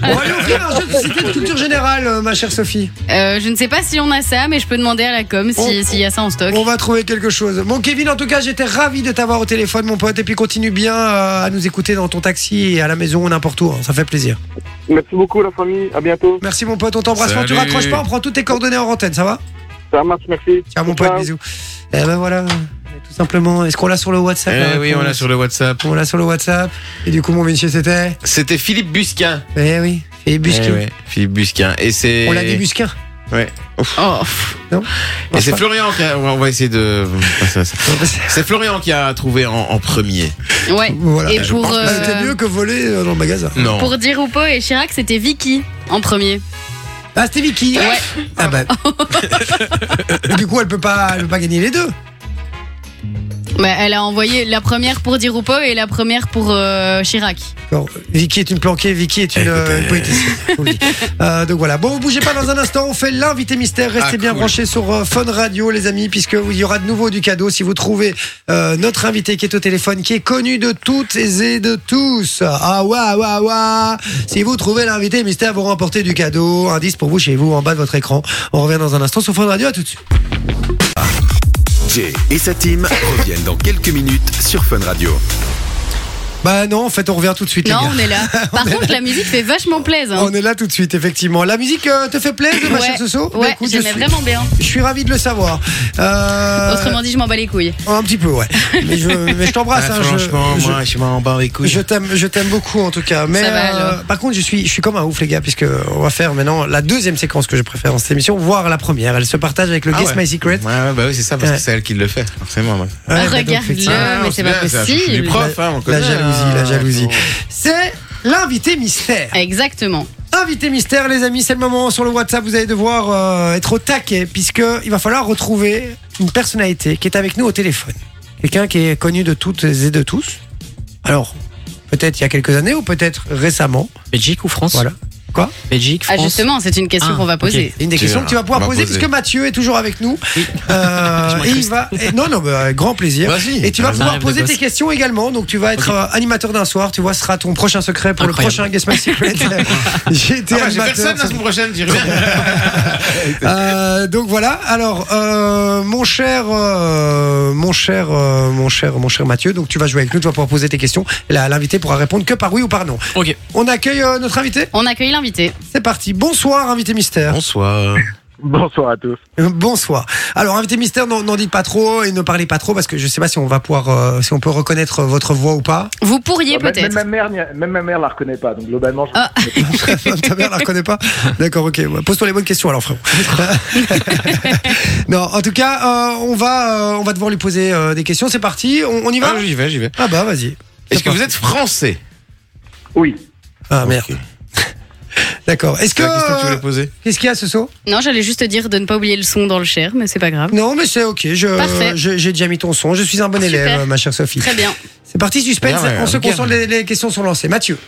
S1: On va lui offrir un jeu de société de culture générale, euh, ma chère Sophie.
S6: Euh, je ne sais pas si on a ça, mais je peux demander à la com si-
S1: Oh.
S6: s'il y a ça en stock.
S1: On va trouver quelque chose. Mon Kevin, en tout cas, j'étais ravi de t'avoir au téléphone, mon pote. Et puis continue bien euh, à nous écouter dans ton taxi et à la maison ou n'importe où. hein, Ça fait plaisir.
S8: Merci beaucoup, la famille. À bientôt.
S1: Merci, mon pote. On t'embrasse fort. Tu
S8: Salut.
S1: raccroches pas, on prend toutes tes coordonnées en antenne, ça va
S8: Ça marche, merci.
S1: Ciao, mon pote,
S8: Ciao.
S1: bisous. Et ben voilà, tout simplement. Est-ce qu'on l'a sur le WhatsApp
S5: Eh
S1: la
S5: oui, on
S1: réponse
S5: l'a sur le WhatsApp.
S1: On l'a sur le WhatsApp. Et du coup, mon Vinci, c'était
S5: C'était Philippe Busquin.
S1: Eh oui, et Busquin.
S5: Eh ouais, Philippe Busquin. Et c'est.
S1: On l'a dit Busquin.
S5: Ouais. Ouf.
S6: Oh,
S1: Non
S5: Et c'est Florian qui a... ouais, On va essayer de. Ça, ça.
S1: bah,
S5: C'est Florian qui a trouvé en, en premier.
S6: Ouais.
S5: Voilà,
S6: et
S5: je
S6: pour,
S5: pense que
S6: euh,
S1: C'était mieux Bah, que voler euh, dans le magasin.
S5: Non.
S6: pour Diroupo et Chirac, c'était Vicky en premier.
S1: Ah, c'était Vicky
S6: Ouais.
S1: Ah
S6: *laughs*
S1: bah. *laughs* Et du coup, elle peut pas, elle peut pas gagner les deux.
S6: Bah, elle a envoyé la première pour Diroupo et la première pour euh, Chirac.
S1: Bon, Vicky est une planquée, Vicky est une, euh, une poétesse, je
S5: *laughs*
S1: vous le dis. Euh, donc voilà. Bon, vous bougez pas dans un instant. On fait l'invité mystère. Restez
S5: Ah,
S1: bien
S5: cool.
S1: branchés sur euh, Fun Radio, les amis, puisque il y aura de nouveau du cadeau si vous trouvez euh, notre invité qui est au téléphone, qui est connu de toutes et de tous. Ah ouais, ouais, ouais. Si vous trouvez l'invité mystère, vous remportez du cadeau. Indice pour vous chez vous en bas de votre écran. On revient dans un instant sur Fun Radio. À tout de suite.
S2: Jay et sa team reviennent dans quelques minutes sur Fun Radio.
S1: Bah non, en fait, on revient tout de suite.
S6: Non,
S1: les gars.
S6: on est
S1: *laughs*
S6: là. Par contre, la musique fait vachement plaisir.
S1: On est là tout de suite, effectivement. La musique euh, te fait plaisir, ma
S6: Ouais,
S1: chère Soso Bah,
S6: ouais,
S1: écoute, je
S6: j'aimais
S1: suis-
S6: vraiment bien.
S1: Je suis ravi de le savoir. Euh,
S6: Autrement dit, je m'en bats les couilles.
S1: Un petit peu, ouais. Mais je, mais je t'embrasse.
S5: *laughs* Ah,
S1: hein, je-
S5: franchement,
S1: je,
S5: moi, je m'en bats les couilles.
S1: je t'aime, je t'aime beaucoup en tout cas. Mais
S6: Ça va,
S1: euh,
S6: alors.
S1: par contre, je suis, je suis comme un ouf les gars, puisque on va faire maintenant la deuxième séquence que je préfère dans cette émission, voire la première. Elle se partage avec le
S5: Ah
S1: Guess
S5: ouais.
S1: My Secret.
S5: Ouais, ouais, bah oui, c'est ça, parce
S1: Ouais.
S5: que c'est elle qui le fait, forcément. ouais. Ah,
S1: Ouais, bah, donc,
S6: Ah, Regarde-le,
S1: effectivement,
S6: mais
S5: on
S6: c'est
S5: sait
S6: pas
S5: bien, c'est la chouchou du
S6: possible.
S5: prof, hein, on
S1: La
S5: connaît,
S1: jalousie, la
S5: hein.
S1: jalousie. C'est l'invité mystère.
S6: Exactement.
S1: Invité mystère, les amis, c'est le moment sur le WhatsApp. Vous allez devoir euh, être au taquet, puisque il va falloir retrouver une personnalité qui est avec nous au téléphone. Quelqu'un qui est connu de toutes et de tous. Alors, peut-être il y a quelques années ou peut-être récemment.
S7: Belgique ou France
S1: Voilà. Quoi
S7: Belgique,
S6: Ah,
S7: France.
S6: justement, c'est une question
S7: Ah,
S6: qu'on va
S7: ok.
S6: poser.
S1: Une des
S5: Tu
S1: questions
S5: verras,
S1: que tu vas pouvoir
S5: on va
S1: poser,
S5: poser.
S1: puisque Mathieu est toujours avec nous.
S5: *laughs*
S1: Euh,
S7: Je
S1: et il
S7: m'incruste.
S1: va. et- non, non, bah, avec grand plaisir.
S5: Vas-y.
S1: Et tu vas
S7: Un
S1: pouvoir
S7: rêve de
S1: poser
S7: gosse.
S1: tes questions également. Donc tu vas être euh, animateur d'un soir. Tu vois, ce sera ton prochain secret pour
S7: Incroyable.
S1: le prochain Guess My
S5: *laughs*
S1: Secret. J'ai été
S5: Ah ouais, J'ai
S1: animateur.
S5: personne la semaine prochaine, j'y reviens.
S1: Euh, donc voilà. Alors, euh, mon cher, euh, mon cher, euh, mon cher, mon cher Mathieu. Donc tu vas jouer avec nous. Tu vas pouvoir poser tes questions. Là, l'invité pourra répondre que par oui ou par non.
S7: Ok.
S1: On accueille euh, notre invité.
S6: On accueille l'invité.
S1: C'est parti. Bonsoir, invité mystère.
S5: Bonsoir.
S8: Bonsoir à tous.
S1: Euh, Bonsoir. Alors, invité mystère, n'en n'en dites pas trop et ne parlez pas trop parce que je sais pas si on va pouvoir, euh, si on peut reconnaître euh, votre voix ou pas. *laughs*
S6: Vous pourriez
S8: Même, même
S6: peut-être.
S8: ma mère, n'y a- même ma mère la reconnaît pas, donc globalement, je...
S6: Ah.
S1: Ta mère la reconnaît pas. D'accord, ok. ouais. Pose-toi les bonnes questions alors, frérot. *laughs* non, en tout cas, euh, on va, euh, on va devoir lui poser euh, des questions. C'est parti. On, on y va.
S5: Ah, j'y vais, j'y vais.
S1: Ah bah vas-y.
S5: Est-ce que vous êtes français
S8: oui.
S1: Ah merde. *laughs* D'accord. Est-ce que
S5: C'est la question que tu voulais
S1: euh,
S5: poser
S1: qu'est-ce qu'il y a ce saut
S6: Non, j'allais juste te dire de ne pas oublier le son dans le cher, mais c'est pas grave.
S1: Non, mais c'est ok. Je
S6: Parfait.
S1: je- j'ai déjà mis ton son. Je suis un bon
S6: Super.
S1: élève, euh, ma chère Sophie.
S6: Très bien.
S1: C'est parti suspense.
S5: Bien, ouais,
S1: on se
S5: nickel.
S1: concentre. Les, les questions sont lancées. Mathieu.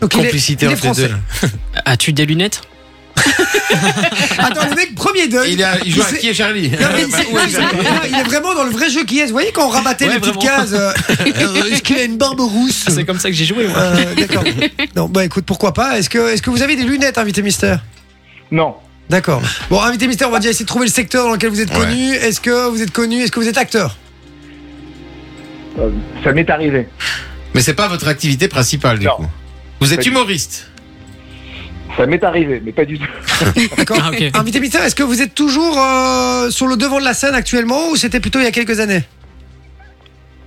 S1: Donc, il est-
S5: Complicité
S1: il est
S5: entre les
S1: français.
S5: deux.
S7: As-tu des lunettes
S1: Attends, le mec, premier deuil.
S5: Il, a, il joue à
S1: s'est-
S5: qui bah, est Charlie
S1: Non, mais il s'est- non, il s'est- non, il est vraiment dans le vrai jeu qui est. Vous voyez quand on rabattait
S7: Ouais,
S1: les petites
S7: vraiment.
S1: cases. euh,
S5: *laughs*
S1: euh, Est-ce qu'il a une barbe rousse
S7: C'est comme ça que j'ai joué, moi.
S1: Euh, D'accord. Non, bah écoute, pourquoi pas Est-ce que, est-ce que vous avez des lunettes, invité mystère
S8: Non.
S1: D'accord. Bon, invité mystère, on va déjà essayer de trouver le secteur dans lequel vous êtes
S5: Ouais.
S1: connu. Est-ce que vous êtes connu Est-ce que vous êtes acteur
S8: Euh, ça m'est arrivé.
S5: *laughs* Mais c'est pas votre activité principale, du
S8: Non.
S5: coup. Vous
S8: Pas
S5: êtes
S8: du-
S5: humoriste
S8: Ça m'est arrivé, mais pas du tout.
S1: D'accord.
S7: Ah, ok.
S1: Invité mystère, est-ce que vous êtes toujours euh, sur le devant de la scène actuellement ou c'était plutôt il y a quelques années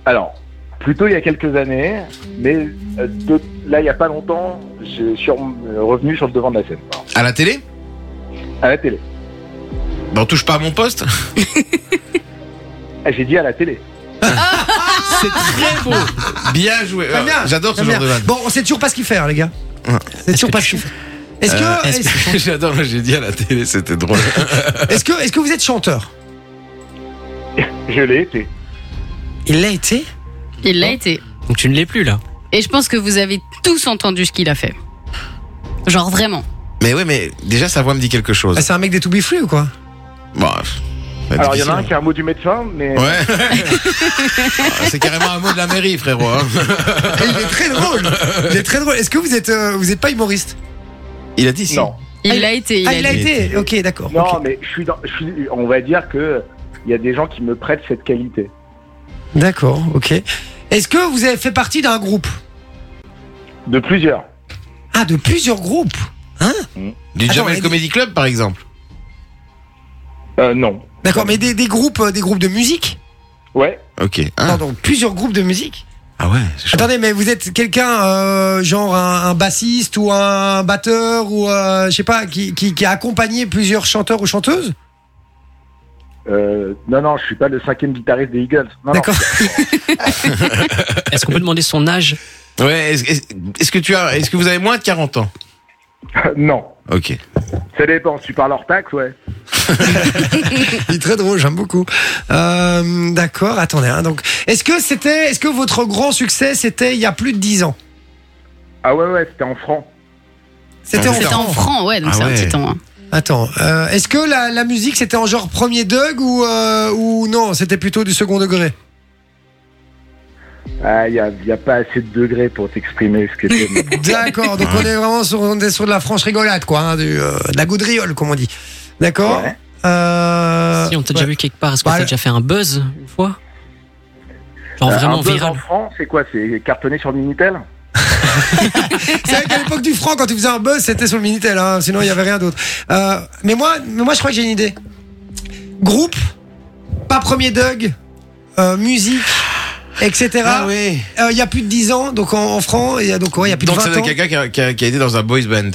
S13: Alors, plutôt il y a quelques années, mais euh, de- là, il n'y a pas longtemps, je suis rem- revenu sur le devant de la scène.
S5: À la télé
S13: À la télé.
S5: Ben, on touche pas à mon poste
S13: Ah, J'ai dit à la télé.
S5: C'est très beau. Bien joué. Ah,
S1: Très bien,
S5: Euh, J'adore ce
S1: très
S5: genre de
S1: bien. *laughs*
S5: vanne.
S1: Bon, on sait toujours pas ce qu'il faire, les gars. C'est toujours pas ce qu'il fait. Est-ce que,
S5: Euh,
S1: est-ce que-
S5: J'adore, j'ai dit à la télé, c'était drôle.
S1: est-ce que, est-ce que vous êtes chanteur
S13: Je l'ai été.
S1: Il l'a été
S6: Il
S1: Hein
S6: l'a été.
S7: Donc tu ne l'es *laughs* plus là.
S6: Et je pense que vous avez tous entendu ce qu'il a fait. Genre vraiment.
S5: mais ouais, mais déjà, sa voix me dit quelque chose.
S1: Ah, C'est un mec des To Be Free ou quoi
S5: Bon, bah,
S1: Ah,
S13: Alors, il y en
S5: difficile.
S13: a un qui a un mot du médecin, mais.
S5: Ouais.
S13: *laughs*
S5: Ah, C'est carrément un mot de la mairie, frérot. hein.
S1: Ah, Il est très drôle. Il est très drôle. Est-ce que vous êtes, euh, vous êtes pas humoriste
S5: Il a dit si.
S13: Non.
S6: Il l'a été.
S1: Ah, il a été. Ok, d'accord.
S13: Non, mais je suis dans- je suis- on va dire que il y a des gens qui me prêtent cette qualité.
S1: D'accord, ok. Est-ce que vous avez fait partie d'un groupe
S13: De plusieurs.
S1: Ah, de plusieurs groupes Hein
S5: Du
S1: Attends,
S5: Jamel
S1: elle-
S5: Comedy Club, par exemple.
S13: Euh, non.
S1: D'accord, mais des, des groupes, euh, des groupes de musique
S13: Ouais.
S5: Ok.
S1: Non, donc plusieurs groupes de musique
S5: Ah ouais.
S1: Attendez, mais vous êtes quelqu'un, euh, genre un, un bassiste ou un batteur ou euh, je sais pas, qui, qui, qui a accompagné plusieurs chanteurs ou chanteuses
S13: Euh, non, non, je suis pas le cinquième guitariste des Eagles. D'accord.
S7: Est-ce qu'on peut demander son âge
S5: Ouais. Est-ce est-ce- est-ce que tu as, est-ce que vous avez moins de 40 ans
S13: non.
S5: Ok.
S13: Ça dépend. Tu parles hors taxe, ouais.
S1: *laughs* Il est très drôle, j'aime beaucoup. Euh, D'accord, attendez. hein, donc, est-ce que c'était, est-ce que votre grand succès c'était il y a plus de 10 ans
S13: Ah ouais, ouais, c'était en franc.
S1: C'était en,
S6: C'était en franc, ouais, donc
S1: Ah
S6: c'est
S1: ouais.
S6: un petit temps. hein.
S1: Attends, euh, est-ce que la, la musique c'était en genre premier Doug ou euh, ou non C'était plutôt du second degré.
S13: Ah, il n'y a, il y a pas assez de degrés pour t'exprimer ce que
S1: *laughs*
S13: t'es.
S1: D'accord, donc on est vraiment sur, on est sur de la franche rigolade, quoi, hein, du, euh, de la gaudriole, comme on dit. D'accord Euh,
S7: Si on t'a déjà
S1: ouais.
S7: vu quelque part, est-ce que
S1: Bah,
S7: t'as déjà fait un buzz une fois Genre
S13: Euh,
S7: vraiment
S13: un buzz
S1: hein.
S7: viral.
S13: en franc, c'est quoi C'est cartonné sur Minitel
S1: C'est vrai qu'à l'époque du franc, quand tu faisais un buzz, c'était sur le Minitel, hein, sinon il n'y avait rien d'autre. Euh, mais, moi, mais moi, je crois que j'ai une idée. Groupe, pas premier Doug, euh, musique, etc.
S5: Ah oui.
S1: Euh, Il y a plus de 10 ans, donc en, en franc, il y a, donc, ouais, il y a plus
S5: Donc
S1: de 20
S5: c'est
S1: ans.
S5: quelqu'un qui a, qui a- qui a été dans un boys band.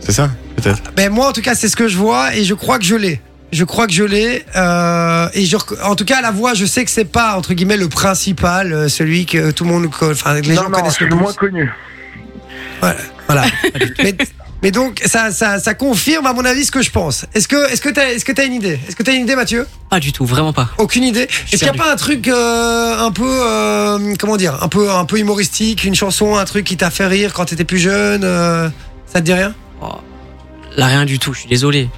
S5: C'est ça, peut-être.
S1: Mais Ben, moi, en tout cas, c'est ce que je vois et je crois que je l'ai. Je crois que je l'ai. euh, et je rec- en tout cas, la voix, je sais que c'est pas entre guillemets le principal, euh, celui que tout le monde, co- enfin, que les
S13: Non,
S1: gens
S13: non,
S1: connaissent
S13: c'est
S1: le
S13: le
S1: plus.
S13: moins connu.
S1: Voilà. voilà. *laughs* mais, mais donc, ça, ça, ça confirme à mon avis ce que je pense. Est-ce que, est-ce que t'as, est-ce que t'as une idée Est-ce que t'as une idée, Mathieu
S7: Pas du tout, vraiment pas.
S1: Aucune idée. Est-ce qu'il n'y a pas un truc euh, un peu, euh, comment dire, un peu, un peu humoristique, une chanson, un truc qui t'a fait rire quand t'étais plus jeune euh, Ça te dit rien
S7: Là, rien du tout, je suis désolé.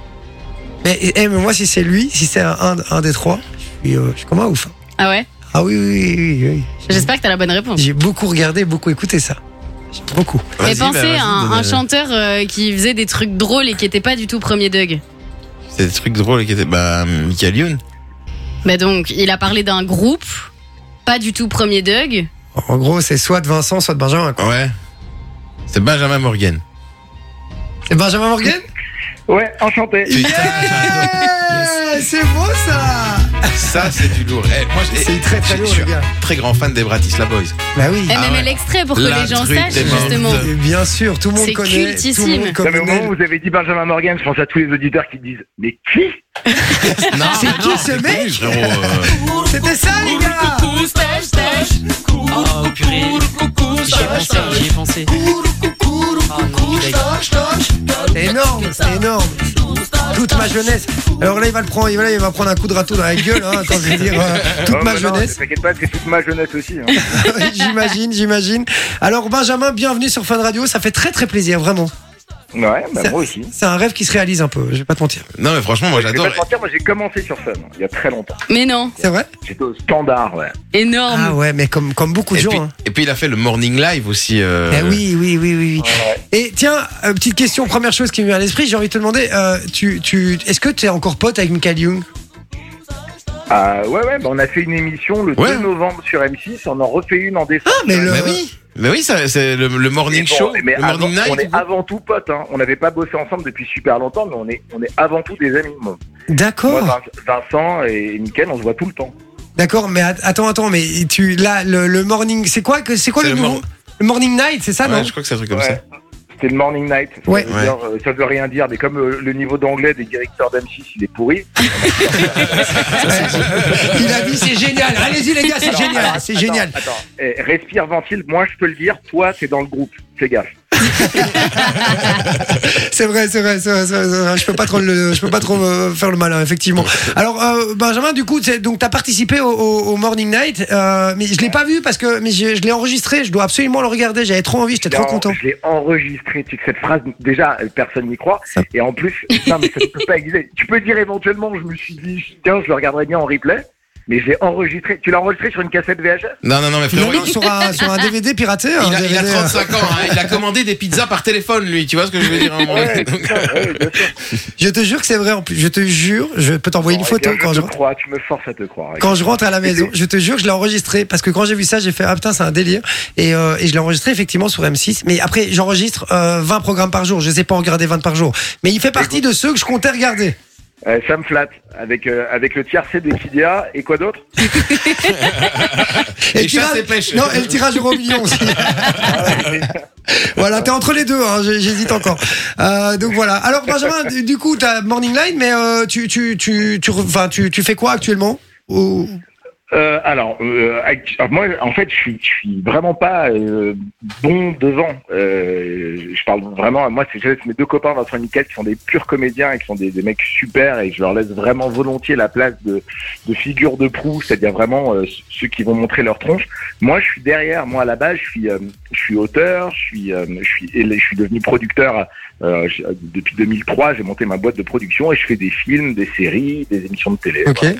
S1: Mais, eh, mais moi, si c'est lui, si c'est un, un- un des trois, je suis, euh, je suis comme un ouf. hein.
S6: Ah ouais
S1: Ah oui, oui, oui, oui,
S6: J'espère que t'as la bonne réponse.
S1: oui. J'ai beaucoup regardé, beaucoup écouté ça. J'ai Beaucoup.
S6: Et
S5: bah,
S6: pensez à un, un chanteur euh, qui faisait des trucs drôles et qui était pas du tout premier Doug.
S5: C'est des trucs drôles qui étaient. Bah, Michael Youn.
S6: Bah donc, il a parlé d'un groupe, pas du tout premier Doug.
S1: En gros, c'est soit de Vincent, soit de Benjamin. quoi.
S5: Ouais. C'est Benjamin Morgan.
S1: *laughs* C'est Benjamin Morgan
S13: Ouais, enchanté.
S1: C'est beau ça
S5: Ça, c'est du lourd. Eh, moi, je-
S1: C'est très, très
S5: je-
S1: lourd,
S5: Je suis
S1: les gars.
S5: un très grand fan des Bratislava Boys.
S1: Bah oui.
S6: Et même l'extrait pour que
S5: La
S6: les gens
S5: truc
S6: sachent,
S5: des morts.
S6: justement.
S1: Et Bien sûr, tout le monde
S6: Eh, C'est
S1: connaît. Tout le
S6: cultissime.
S1: monde
S13: Non, mais au
S1: connaît.
S13: moment où vous avez dit Benjamin Morgan, je pense à tous les auditeurs qui disent Mais qui
S5: Non,
S1: *laughs* C'est
S5: mais
S1: qui
S5: non,
S1: ce
S5: c'est
S1: mec
S5: connu, frérot, euh,
S1: C'était ça, les gars
S7: Oh purée, j'y ai pensé, j'y ai pensé.
S1: Ah, C'est énorme, c'est énorme. Toute ma jeunesse. Alors là, il va le prendre, il va, il va prendre un coup de râteau dans la gueule, hein, quand je vais dire euh,
S13: *laughs*
S1: toute
S13: Oh,
S1: ma
S13: bah non,
S1: jeunesse.
S13: T'inquiète pas, c'est toute ma jeunesse aussi. hein.
S1: *laughs* j'imagine, j'imagine. Alors Benjamin, bienvenue sur Fun Radio, ça fait très très plaisir, vraiment.
S13: Ouais, bah
S1: Ça-
S13: moi aussi.
S1: C'est un rêve qui se réalise un peu, je vais pas te mentir.
S5: Non, mais franchement, moi,
S13: Je vais
S5: j'adore.
S13: pas te mentir, moi j'ai commencé sur Fun il y a très longtemps.
S6: Mais non,
S1: C'est vrai
S13: J'étais au standard, ouais.
S6: énorme.
S1: Ah ouais, mais comme, comme beaucoup de
S5: Et
S1: gens.
S5: puis,
S1: hein.
S5: et puis, il a fait le Morning Live aussi. euh,
S1: Eh oui, oui, oui, oui. oui. Et tiens, euh, petite question, première chose qui me vient à l'esprit, j'ai envie de te demander, euh, tu, tu, est-ce que tu es encore pote avec Michael Young
S13: Ah, ouais, ouais, bah, on a fait une émission le
S5: Ouais.
S13: 2 novembre sur M6, on en refait une en décembre.
S1: Ah, mais le...
S5: Bah oui, bah oui ça- c'est le, le Morning
S13: Mais bon,
S5: Show,
S13: mais
S5: le
S13: avant-
S5: Morning
S13: on
S5: Night.
S13: est avant tout potes. hein. On n'avait pas bossé ensemble depuis super longtemps, mais on est, on est avant tout des amis. Moi,
S1: D'accord.
S13: Vin- Vincent et Mickaël, on se voit tout le temps.
S1: D'accord, mais at- attends, attends, mais tu là le, le morning, c'est quoi que c'est quoi le nouveau Le morning night, c'est ça non
S5: que c'est un truc comme
S13: ça. C'est le morning night.
S1: Ouais.
S13: Ça veut dire, euh, ça veut rien dire, mais comme euh, le niveau d'anglais des directeurs d'M6, il est pourri.
S1: Il a dit c'est génial. Allez-y les gars, c'est génial, c'est génial.
S13: Attends, Eh, respire, ventile, moi je peux le dire, toi t'es dans le groupe, fais gaffe.
S1: C'est vrai, c'est vrai, c'est vrai, c'est vrai, c'est vrai. Je peux pas trop le, je peux pas trop euh, faire le malin, effectivement. Alors euh, Benjamin, du coup, t'es- donc t'as participé au, au- au Morning Night, euh, mais je l'ai pas vu parce que, mais je, je l'ai enregistré. Je dois absolument le regarder. J'avais trop envie, j'étais
S13: Je l'ai
S1: trop
S13: en-
S1: content.
S13: Je l'ai enregistré, tu sais, cette phrase, déjà, euh, personne n'y croit. Et en plus, non, mais ça ne peut pas exister. Tu peux dire éventuellement, je me suis dit, tiens, je le regarderai bien en replay, mais je l'ai enregistré. Tu l'as enregistré sur une cassette VHS
S5: Non, non, non, mais frérot,
S1: Non, non, sur un, sur un DVD piraté.
S5: il,
S1: un
S5: a, il a
S1: DVD, euh.
S5: 35 ans, hein,
S1: *laughs*
S5: il a commandé des pizzas par téléphone, lui, tu vois ce que je veux dire hein, mon gars
S1: Je te jure que c'est vrai en plus. Je te jure, je peux t'envoyer une
S13: Eh
S1: photo
S13: bien, je
S1: quand je
S13: te crois, tu me forces à te croire. eh
S1: Quand je rentre à la maison, je te jure, je l'ai enregistré parce que quand j'ai vu ça, j'ai fait ah putain, c'est un délire. Et, euh, et je l'ai enregistré effectivement sur M6. Mais après, j'enregistre euh, 20 programmes par jour. Je sais pas en regarder 20 par jour. Mais il fait partie de ceux que je comptais regarder.
S13: Euh, ça me flatte. Avec, euh, avec le tiercé d'Equidia et quoi
S1: *laughs*
S13: d'autre
S1: Et,
S13: Et
S1: le tirage,
S13: chasse et pêche.
S1: non, et le tirage au million aussi.
S13: Ah
S1: voilà, t'es entre les deux, hein, j'ai- j'hésite encore. Euh, donc voilà. Alors Benjamin, du- du coup, t'as Morning Line, mais euh, tu, tu, tu, tu, re- enfin, tu, tu fais quoi actuellement Ou-
S13: Euh, alors, euh, act- alors, moi, en fait, je suis, je suis vraiment pas euh, bon devant. Euh, je parle vraiment. Moi, c'est juste mes deux copains Vincent et Mickaël qui sont des purs comédiens et qui sont des, des mecs super et je leur laisse vraiment volontiers la place de, de figure de proue, c'est-à-dire vraiment euh, ceux qui vont montrer leur tronche. Moi, je suis derrière. Moi, à la base, je suis, euh, je suis auteur. Je suis, euh, je suis, et je suis devenu producteur euh, je- depuis 2003. J'ai monté ma boîte de production et je fais des films, des séries, des émissions de télé. voilà.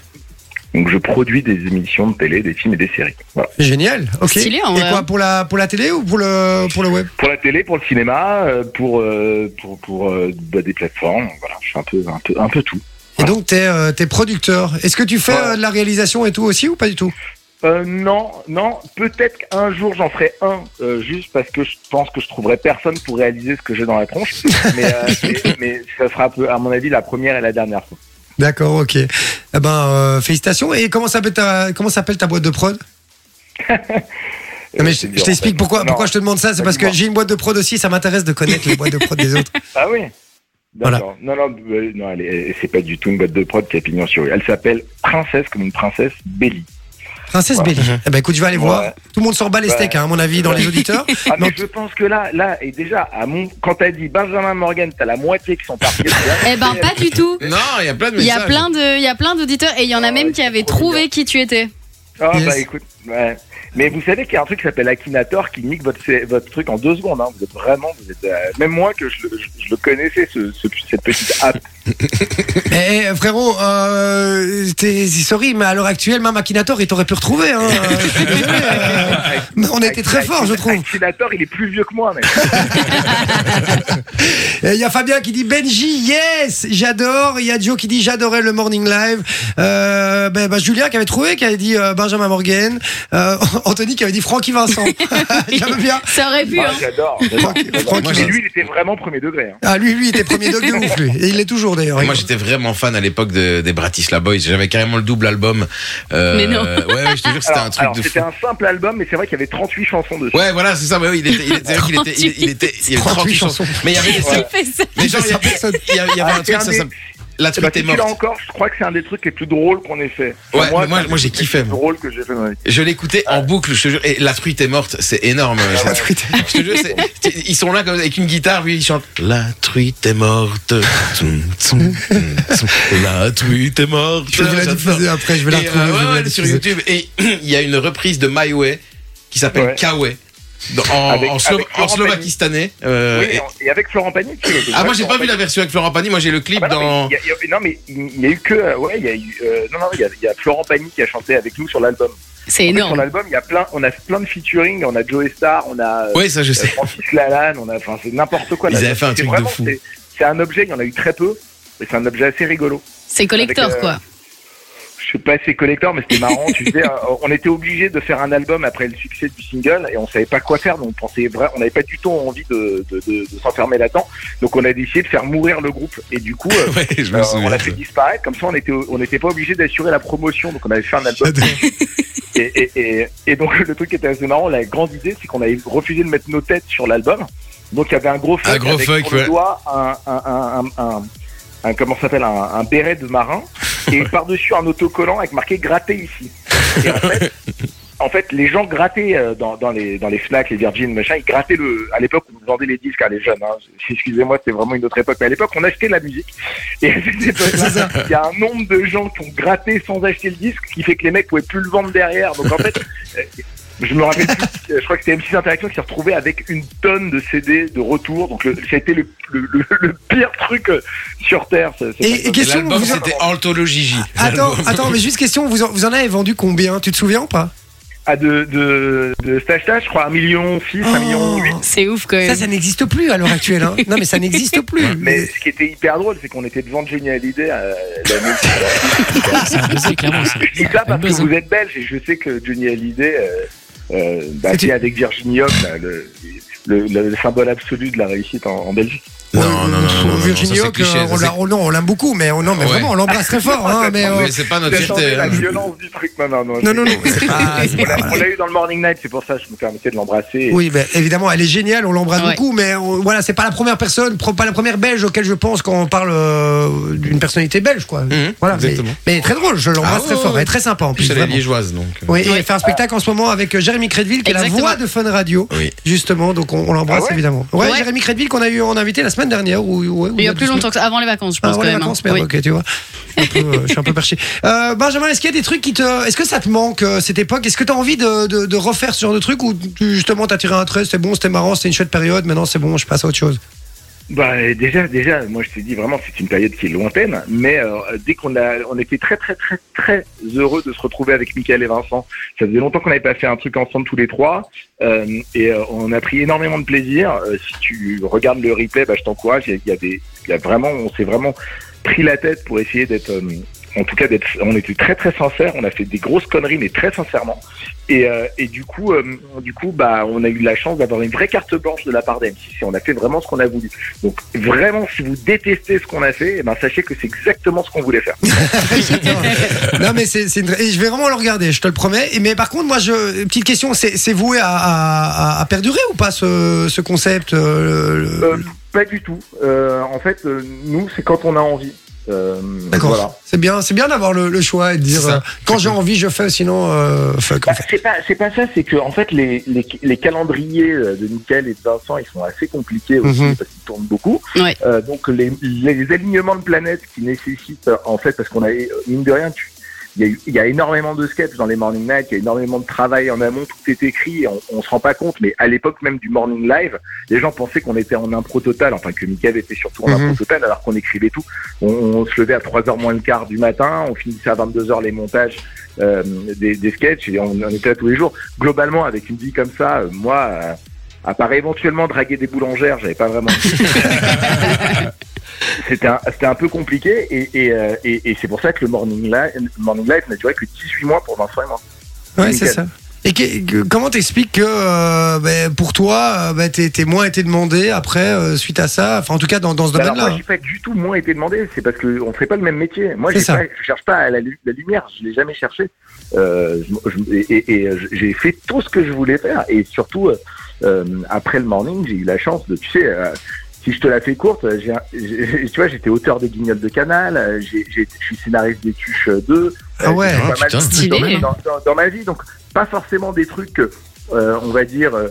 S13: Donc je produis des émissions de télé, des films et des séries. Voilà.
S1: Génial, ok.
S13: Stylé, en
S1: et
S13: vrai. hein.
S1: quoi pour la pour la télé ou pour le pour le web
S13: Pour la télé, pour le cinéma, euh, pour euh, pour, pour euh, bah, des plateformes, voilà, je fais un peu un peu un peu tout.
S1: Et donc t'es euh, t'es producteur. Est-ce que tu fais euh, de la réalisation et tout aussi ou pas du tout
S13: Euh, non, non, peut-être qu'un jour j'en ferai un, euh, juste parce que je pense que je trouverai personne pour réaliser ce que j'ai dans la tronche. Mais, euh, mais, mais ça sera un peu, à mon avis, la première et la dernière fois.
S1: D'accord, ok. Eh ben euh, félicitations. Et comment s'appelle ta comment s'appelle ta boîte de *laughs* prod Non, mais je, je t'explique pourquoi, pourquoi je te demande ça, c'est
S13: Bah,
S1: parce que
S13: dis-moi.
S1: j'ai une boîte de prod aussi, ça m'intéresse de connaître les boîtes de prod des autres.
S13: Ah oui D'accord. Non, non, euh, non, elle est- c'est pas du tout une boîte de prod qui a pignon sur rue. Elle s'appelle Princesse comme une princesse Belly.
S1: Princesse
S13: Ouais.
S1: Belly. Eh ben écoute, je vais aller
S13: Ouais.
S1: voir. Tout le monde s'en bat les
S13: Ouais.
S1: steaks, hein, à mon avis, dans les auditeurs.
S13: Ah, mais je pense que là, là, et déjà, à mon, quand t'as dit Benjamin Morgan, t'as la moitié qui sont partis. *laughs*
S6: Eh ben, pas du tout.
S5: *laughs* Non, il y a plein de
S6: Il y a
S13: messages.
S6: plein de, il y a plein d'auditeurs et il y en a même qui avaient trouvé qui tu étais.
S13: *laughs* Ah,
S6: Yes.
S13: bah écoute, ouais. Mais vous savez qu'il y a un truc qui s'appelle Akinator qui nique votre, votre truc en deux secondes. hein. Vous êtes vraiment, vous êtes, euh, même moi que je, le- je- je le connaissais, ce- ce- cette petite app.
S1: Eh *laughs* eh, frérot, euh, t'es sorry, mais à l'heure actuelle, même Akinator, il t'aurait pu retrouver.
S13: *laughs*
S1: Hein. Je suis désolé, euh, *laughs* mais on était très fort, je trouve.
S13: Akinator, il est plus vieux que moi, mec.
S1: Et Il y a Fabien qui dit Benji, yes, j'adore. Il y a Joe qui dit j'adorais le morning live. Euh, ben, ben, Julien qui avait trouvé, qui avait dit euh, Benjamin Morgan. Euh, *laughs* Anthony qui avait dit Francky Vincent. *laughs* J'aime bien.
S6: Ça aurait pu.
S8: Bah,
S13: Ah,
S6: hein.
S13: J'adore. j'adore. Mais lui, il était vraiment premier degré. hein.
S1: Ah, lui, lui, il était premier dog de ouf, lui. Et il l'est toujours, d'ailleurs.
S5: Moi, j'étais vraiment fan à l'époque de- des Bratislava Boys. J'avais carrément le double album. Euh,
S13: Mais non.
S5: Ouais, ouais, je te jure, c'était
S13: Alors-
S5: un truc
S13: alors,
S5: de fou.
S13: C'était un simple album, mais c'est vrai qu'il y avait 38 chansons dessus.
S5: Ouais, voilà, c'est ça. ouais, ouais, il était, il était, c'est vrai qu'il était, il, il était, il y avait 38 chansons. Mais il y avait des- Mais genre, il y avait, il y avait- il y avait
S8: Ah,
S5: un truc, ça, ça- la
S13: Eh ben,
S5: truc
S13: si
S5: est
S13: tu l'as
S5: morte.
S13: encore, je crois que c'est un des trucs les plus drôles qu'on ait fait. Enfin,
S5: Ouais, mais moi,
S13: c'est un
S5: moi,
S13: des
S5: j'ai
S13: trucs
S5: kiffé,
S13: Les plus
S5: moi.
S13: drôles que j'ai fait dans ma vie.
S5: Je l'écoutais en boucle, je te jure. Et la truite est morte, c'est énorme. Je- Je te jure, c'est- tu- ils sont là comme, avec une guitare, lui, il chante La truite est morte. Tsum, tsum, tsum. La truite est morte.
S1: Je vais la
S5: J'adore.
S1: diffuser après, je vais la
S5: Et, euh,
S1: retrouver,
S5: ouais,
S1: je vais
S5: ouais,
S1: la
S5: sur
S1: diffuser.
S5: YouTube. Et il y a une reprise de My Way qui s'appelle
S13: Ouais.
S5: Kawe. dans- En,
S13: Avec-
S5: en, Slo-
S13: avec
S5: en
S13: Florent
S5: slovakistanais. euh,
S13: Oui,
S5: et-
S13: et, hein. et avec Florent Pagny. tu l'as-
S5: Ah, moi, j'ai pas vu la version avec Florent Pagny. Moi, j'ai le clip
S13: Ah bah
S5: dans.
S13: non, mais il y a- il y a- non, mais il n'y a eu que. euh, Ouais, il y a eu. euh, non, non, il y a, il y a Florent Pagny qui a chanté avec nous sur l'album.
S6: C'est
S13: En fait,
S6: énorme.
S13: Sur l'album, il y a plein, on a plein de featuring. On a Joe Star, on a. euh,
S5: Ouais, ça, je
S13: euh,
S5: sais. *laughs*
S13: Francis Lalanne, on a. Enfin, c'est n'importe quoi.
S5: Ils
S13: l'album.
S5: avaient fait un
S13: C'est
S5: truc de
S13: vraiment-
S5: fou.
S13: c'est- C'est un objet, il y en a eu très peu, mais c'est un objet assez rigolo.
S6: C'est collector,
S13: Avec, euh,
S6: quoi.
S13: Je je suis pas assez collector, mais c'était marrant. tu sais, euh, on était obligé de faire un album après le succès du single et on savait pas quoi faire, donc on pensait vrai, on n'avait pas du tout envie de, de, de- de s'enfermer là-dedans. Donc on a décidé de faire mourir le groupe et du coup, euh,
S5: Ouais, je me
S13: euh,
S5: souviens.
S13: on l'a fait disparaître. Comme ça, on était on n'était pas obligé d'assurer la promotion, donc on avait fait un album. Et, et, et, et donc *laughs* le truc qui était assez marrant, la grande idée, c'est qu'on avait refusé de mettre nos têtes sur l'album. Donc il y avait un gros fuck
S5: Un gros
S13: avec
S5: fuck,
S13: sur le
S5: ouais.
S13: doigt un, un, un, un, un- un- comment ça s'appelle un, un béret
S5: *laughs*
S13: de marin et par-dessus un autocollant avec marqué gratter ici. Et
S5: *laughs*
S13: en fait, en fait, les gens grattaient euh, dans, dans les dans les Fnac, les Virgin, machin, ils grattaient le. À l'époque, on vendait les disques à les jeunes. Hein. Excusez-moi, c'était vraiment une autre époque. Mais à l'époque, on achetait la musique. Et à
S5: *laughs*
S13: cette époque-là, il y a un nombre de gens qui ont gratté sans acheter le disque, qui fait que les mecs pouvaient plus le vendre
S5: *laughs*
S13: derrière. Donc en fait. euh, je me rappelle plus, euh, je crois que c'était M6 Interaction qui s'est retrouvé avec une tonne de CD de retour. Donc, le- ça a été le, le- le- le pire truc euh, sur Terre. ce- ce-
S1: Et- et question,
S5: L'album,
S1: vous-
S5: c'était Anthologie J.
S1: Attends,
S5: L'album.
S1: attends, mais juste question, vous en, vous en avez vendu combien Tu te souviens ou pas
S13: Ah, de, de, de stage stage, je crois, 1 million 6, 1 million
S1: Oh.
S13: 8.
S6: C'est ouf quand même.
S1: Ça, ça n'existe plus à l'heure actuelle. hein. Non, mais ça n'existe plus.
S13: Mais ce qui était hyper drôle, c'est qu'on était devant Johnny Hallyday euh, la nuit. Je
S7: Ah,
S13: dis ça parce que vous êtes belge et je sais que Johnny Hallyday, euh, euh, bah, c'est avec Virginie Hoc, là, le, le- le symbole absolu de la réussite en, en Belgique.
S5: Non, non, non, non, non,
S1: Virginie
S5: ça, c'est
S1: Hoc,
S5: cliché,
S1: euh, on
S5: ça,
S1: l'a- on- non, on l'aime beaucoup, mais, on, non, mais
S5: Ouais.
S1: vraiment, on l'embrasse très fort. hein, mais, euh,
S5: c'est pas notre
S13: Vous avez changé
S5: fierté,
S13: La
S5: hein.
S13: violence du truc, non, non, non.
S1: Non,
S5: *laughs*
S1: non, non,
S13: c'est-
S1: c'est pas- c'est
S13: on
S1: pas-
S13: l'a- on l'a eu dans le Morning Night, c'est pour ça que je me permettais de l'embrasser.
S1: Oui, ben, évidemment, elle est géniale, on l'embrasse
S6: Ah
S13: Ouais.
S1: beaucoup, mais on- voilà, c'est pas la première personne, pro- pas la première belge auquel je pense quand on parle euh, d'une personnalité belge, quoi. voilà, mais,
S5: Mhm, exactement.
S1: mais très drôle, je l'embrasse
S5: Ah,
S1: très
S5: ouais,
S1: fort,
S5: ouais.
S1: elle est très sympa en plus.
S5: Elle est
S1: vraiment.
S5: liégeoise, donc.
S1: Oui, et elle fait un spectacle en ce moment avec euh, Jérémy Crédville, qui est la voix de Fun Radio, justement, donc on, on l'embrasse
S6: Ah ouais
S1: évidemment. Ouais,
S6: Ouais.
S1: Jérémy Crédville qu'on a eu en invité la semaine dernière. Ou, ou- ou
S6: Il y a
S1: deux
S6: plus
S1: semaines.
S6: longtemps que ça, avant les vacances, je pense
S1: Ah,
S6: quand
S1: ouais, les
S6: même. hein.
S1: vacances, merde,
S6: Oui.
S1: ok, tu vois. Je suis un peu, euh, je suis un peu
S6: *laughs*
S1: perché. Euh, Benjamin, est-ce qu'il y a des trucs qui te. Est-ce que ça te manque, euh, cette époque Est-ce que tu as envie de, de- de refaire ce genre de truc ou tu- justement t'as tiré un trait, c'était bon, c'était marrant, c'était une chouette période, maintenant c'est bon, je passe à autre chose
S13: Bah euh, déjà, déjà, moi je te dis vraiment, c'est une période qui est lointaine, mais euh, dès qu'on a, on était très très très très heureux de se retrouver avec Michael et Vincent. Ça faisait longtemps qu'on n'avait pas fait un truc ensemble tous les trois, euh, et euh, on a pris énormément de plaisir. Euh, si tu regardes le replay, bah, je t'encourage. Il y a, il y a des, il y a vraiment, on s'est vraiment pris la tête pour essayer d'être, euh, en tout cas d'être, on était très très sincères. On a fait des grosses conneries, mais très sincèrement. Et, euh, et du coup, euh, du coup, bah, on a eu la chance d'avoir une vraie carte blanche de la part d'M6 et on a fait vraiment ce qu'on a voulu. Donc vraiment, si vous détestez ce qu'on a fait, eh ben, sachez que c'est exactement ce qu'on voulait faire.
S1: *laughs* non mais c'est c'est une... et je vais vraiment le regarder, je te le promets. Et- Mais par contre, moi, je... petite question, c'est c'est voué à, à- à- à perdurer ou pas ce, ce concept euh, le- le-
S13: Euh, pas du tout. Euh, en fait, euh, nous, c'est quand on a envie. Euh,
S1: D'accord.
S13: voilà.
S1: C'est bien, c'est bien d'avoir le, le choix et de dire
S13: C'est ça.
S1: euh, quand j'ai envie, je fais, sinon euh, fuck. En fait.
S13: C'est pas, c'est pas ça, c'est que en fait les, les, les calendriers euh, de Michael et de Vincent ils sont assez compliqués aussi
S1: Mhm.
S13: parce qu'ils tournent beaucoup. Euh, donc les, les alignements de planètes qui nécessitent euh, en fait parce qu'on a euh, mine de rien tu- il y, a eu- il y a énormément de sketchs dans les Morning Night, il y a énormément de travail en amont, tout est écrit, et on, on se rend pas compte, mais à l'époque même du Morning Live, les gens pensaient qu'on était en impro total, enfin que Michael était surtout en
S14: Mhm.
S13: impro total alors qu'on écrivait tout. On, on se levait à 3h moins le quart du matin, on finissait à 22h les montages euh, des, des sketchs et on, on était là tous les jours. Globalement, avec une vie comme ça, euh, moi, euh, à part éventuellement draguer des boulangères, j'avais pas vraiment. *laughs* C'était un, c'était un peu compliqué et, et, euh, et- et c'est pour ça que le Morning Live, morning live n'a duré que 18 mois pour Vincent et moi.
S1: Ouais,
S13: Nickel.
S1: c'est ça. Et que- que- comment t'expliques que euh, ben, pour toi, euh, ben, t'es t'es moins été demandé après euh, suite à ça, enfin en tout cas dans, dans ce
S13: Alors,
S1: domaine-là.
S13: moi, j'ai pas du tout moins été demandé. C'est parce qu'on ne fait pas le même métier. Moi,
S1: C'est
S13: j'ai
S1: ça.
S13: pas- je cherche pas hein, la, lu- la lumière. Je l'ai jamais cherché. Euh, je- je- et et- et j'ai fait tout ce que je voulais faire. Et surtout, euh, euh, après le morning, j'ai eu la chance de, tu sais, euh, si je te la fais courte, j'ai un- j'ai- tu vois, j'étais auteur des Guignols de Canal. euh, j'ai- j'ai- Je suis scénariste des Tuches 2.
S1: Ah ouais,
S13: j'ai
S1: ah,
S13: fait pas mal de
S1: putain.
S13: trucs dans,
S1: Stylé.
S13: dans- dans- dans ma vie. Donc, pas forcément des trucs, que, euh, on va dire. euh,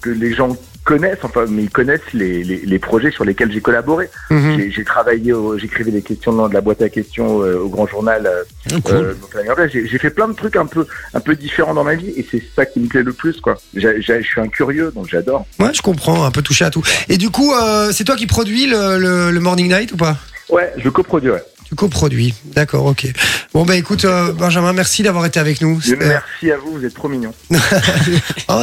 S13: que les gens connaissent, enfin, mais ils connaissent les, les, les projets sur lesquels j'ai collaboré.
S1: Mhm.
S13: J'ai- J'ai travaillé, au- j'écrivais des questions dans de la boîte à questions euh, au Grand Journal. euh,
S1: Mm,
S13: euh, donc, l'année dernière. j'ai j'ai fait plein de trucs un peu, un peu différents dans ma vie et c'est ça qui me plaît le plus, quoi. J'ai- j'ai- Je suis un curieux, donc j'adore.
S1: Ouais, je comprends, un peu touché à tout. Et du coup, euh, c'est toi qui produis le, le- le Morning Night ou pas
S13: Ouais, je le coproduis, ouais.
S1: Tu coproduis. D'accord, ok. Bon, bah écoute, euh, Benjamin, merci d'avoir été avec nous. euh,
S13: Mais Merci à vous, vous êtes trop mignons.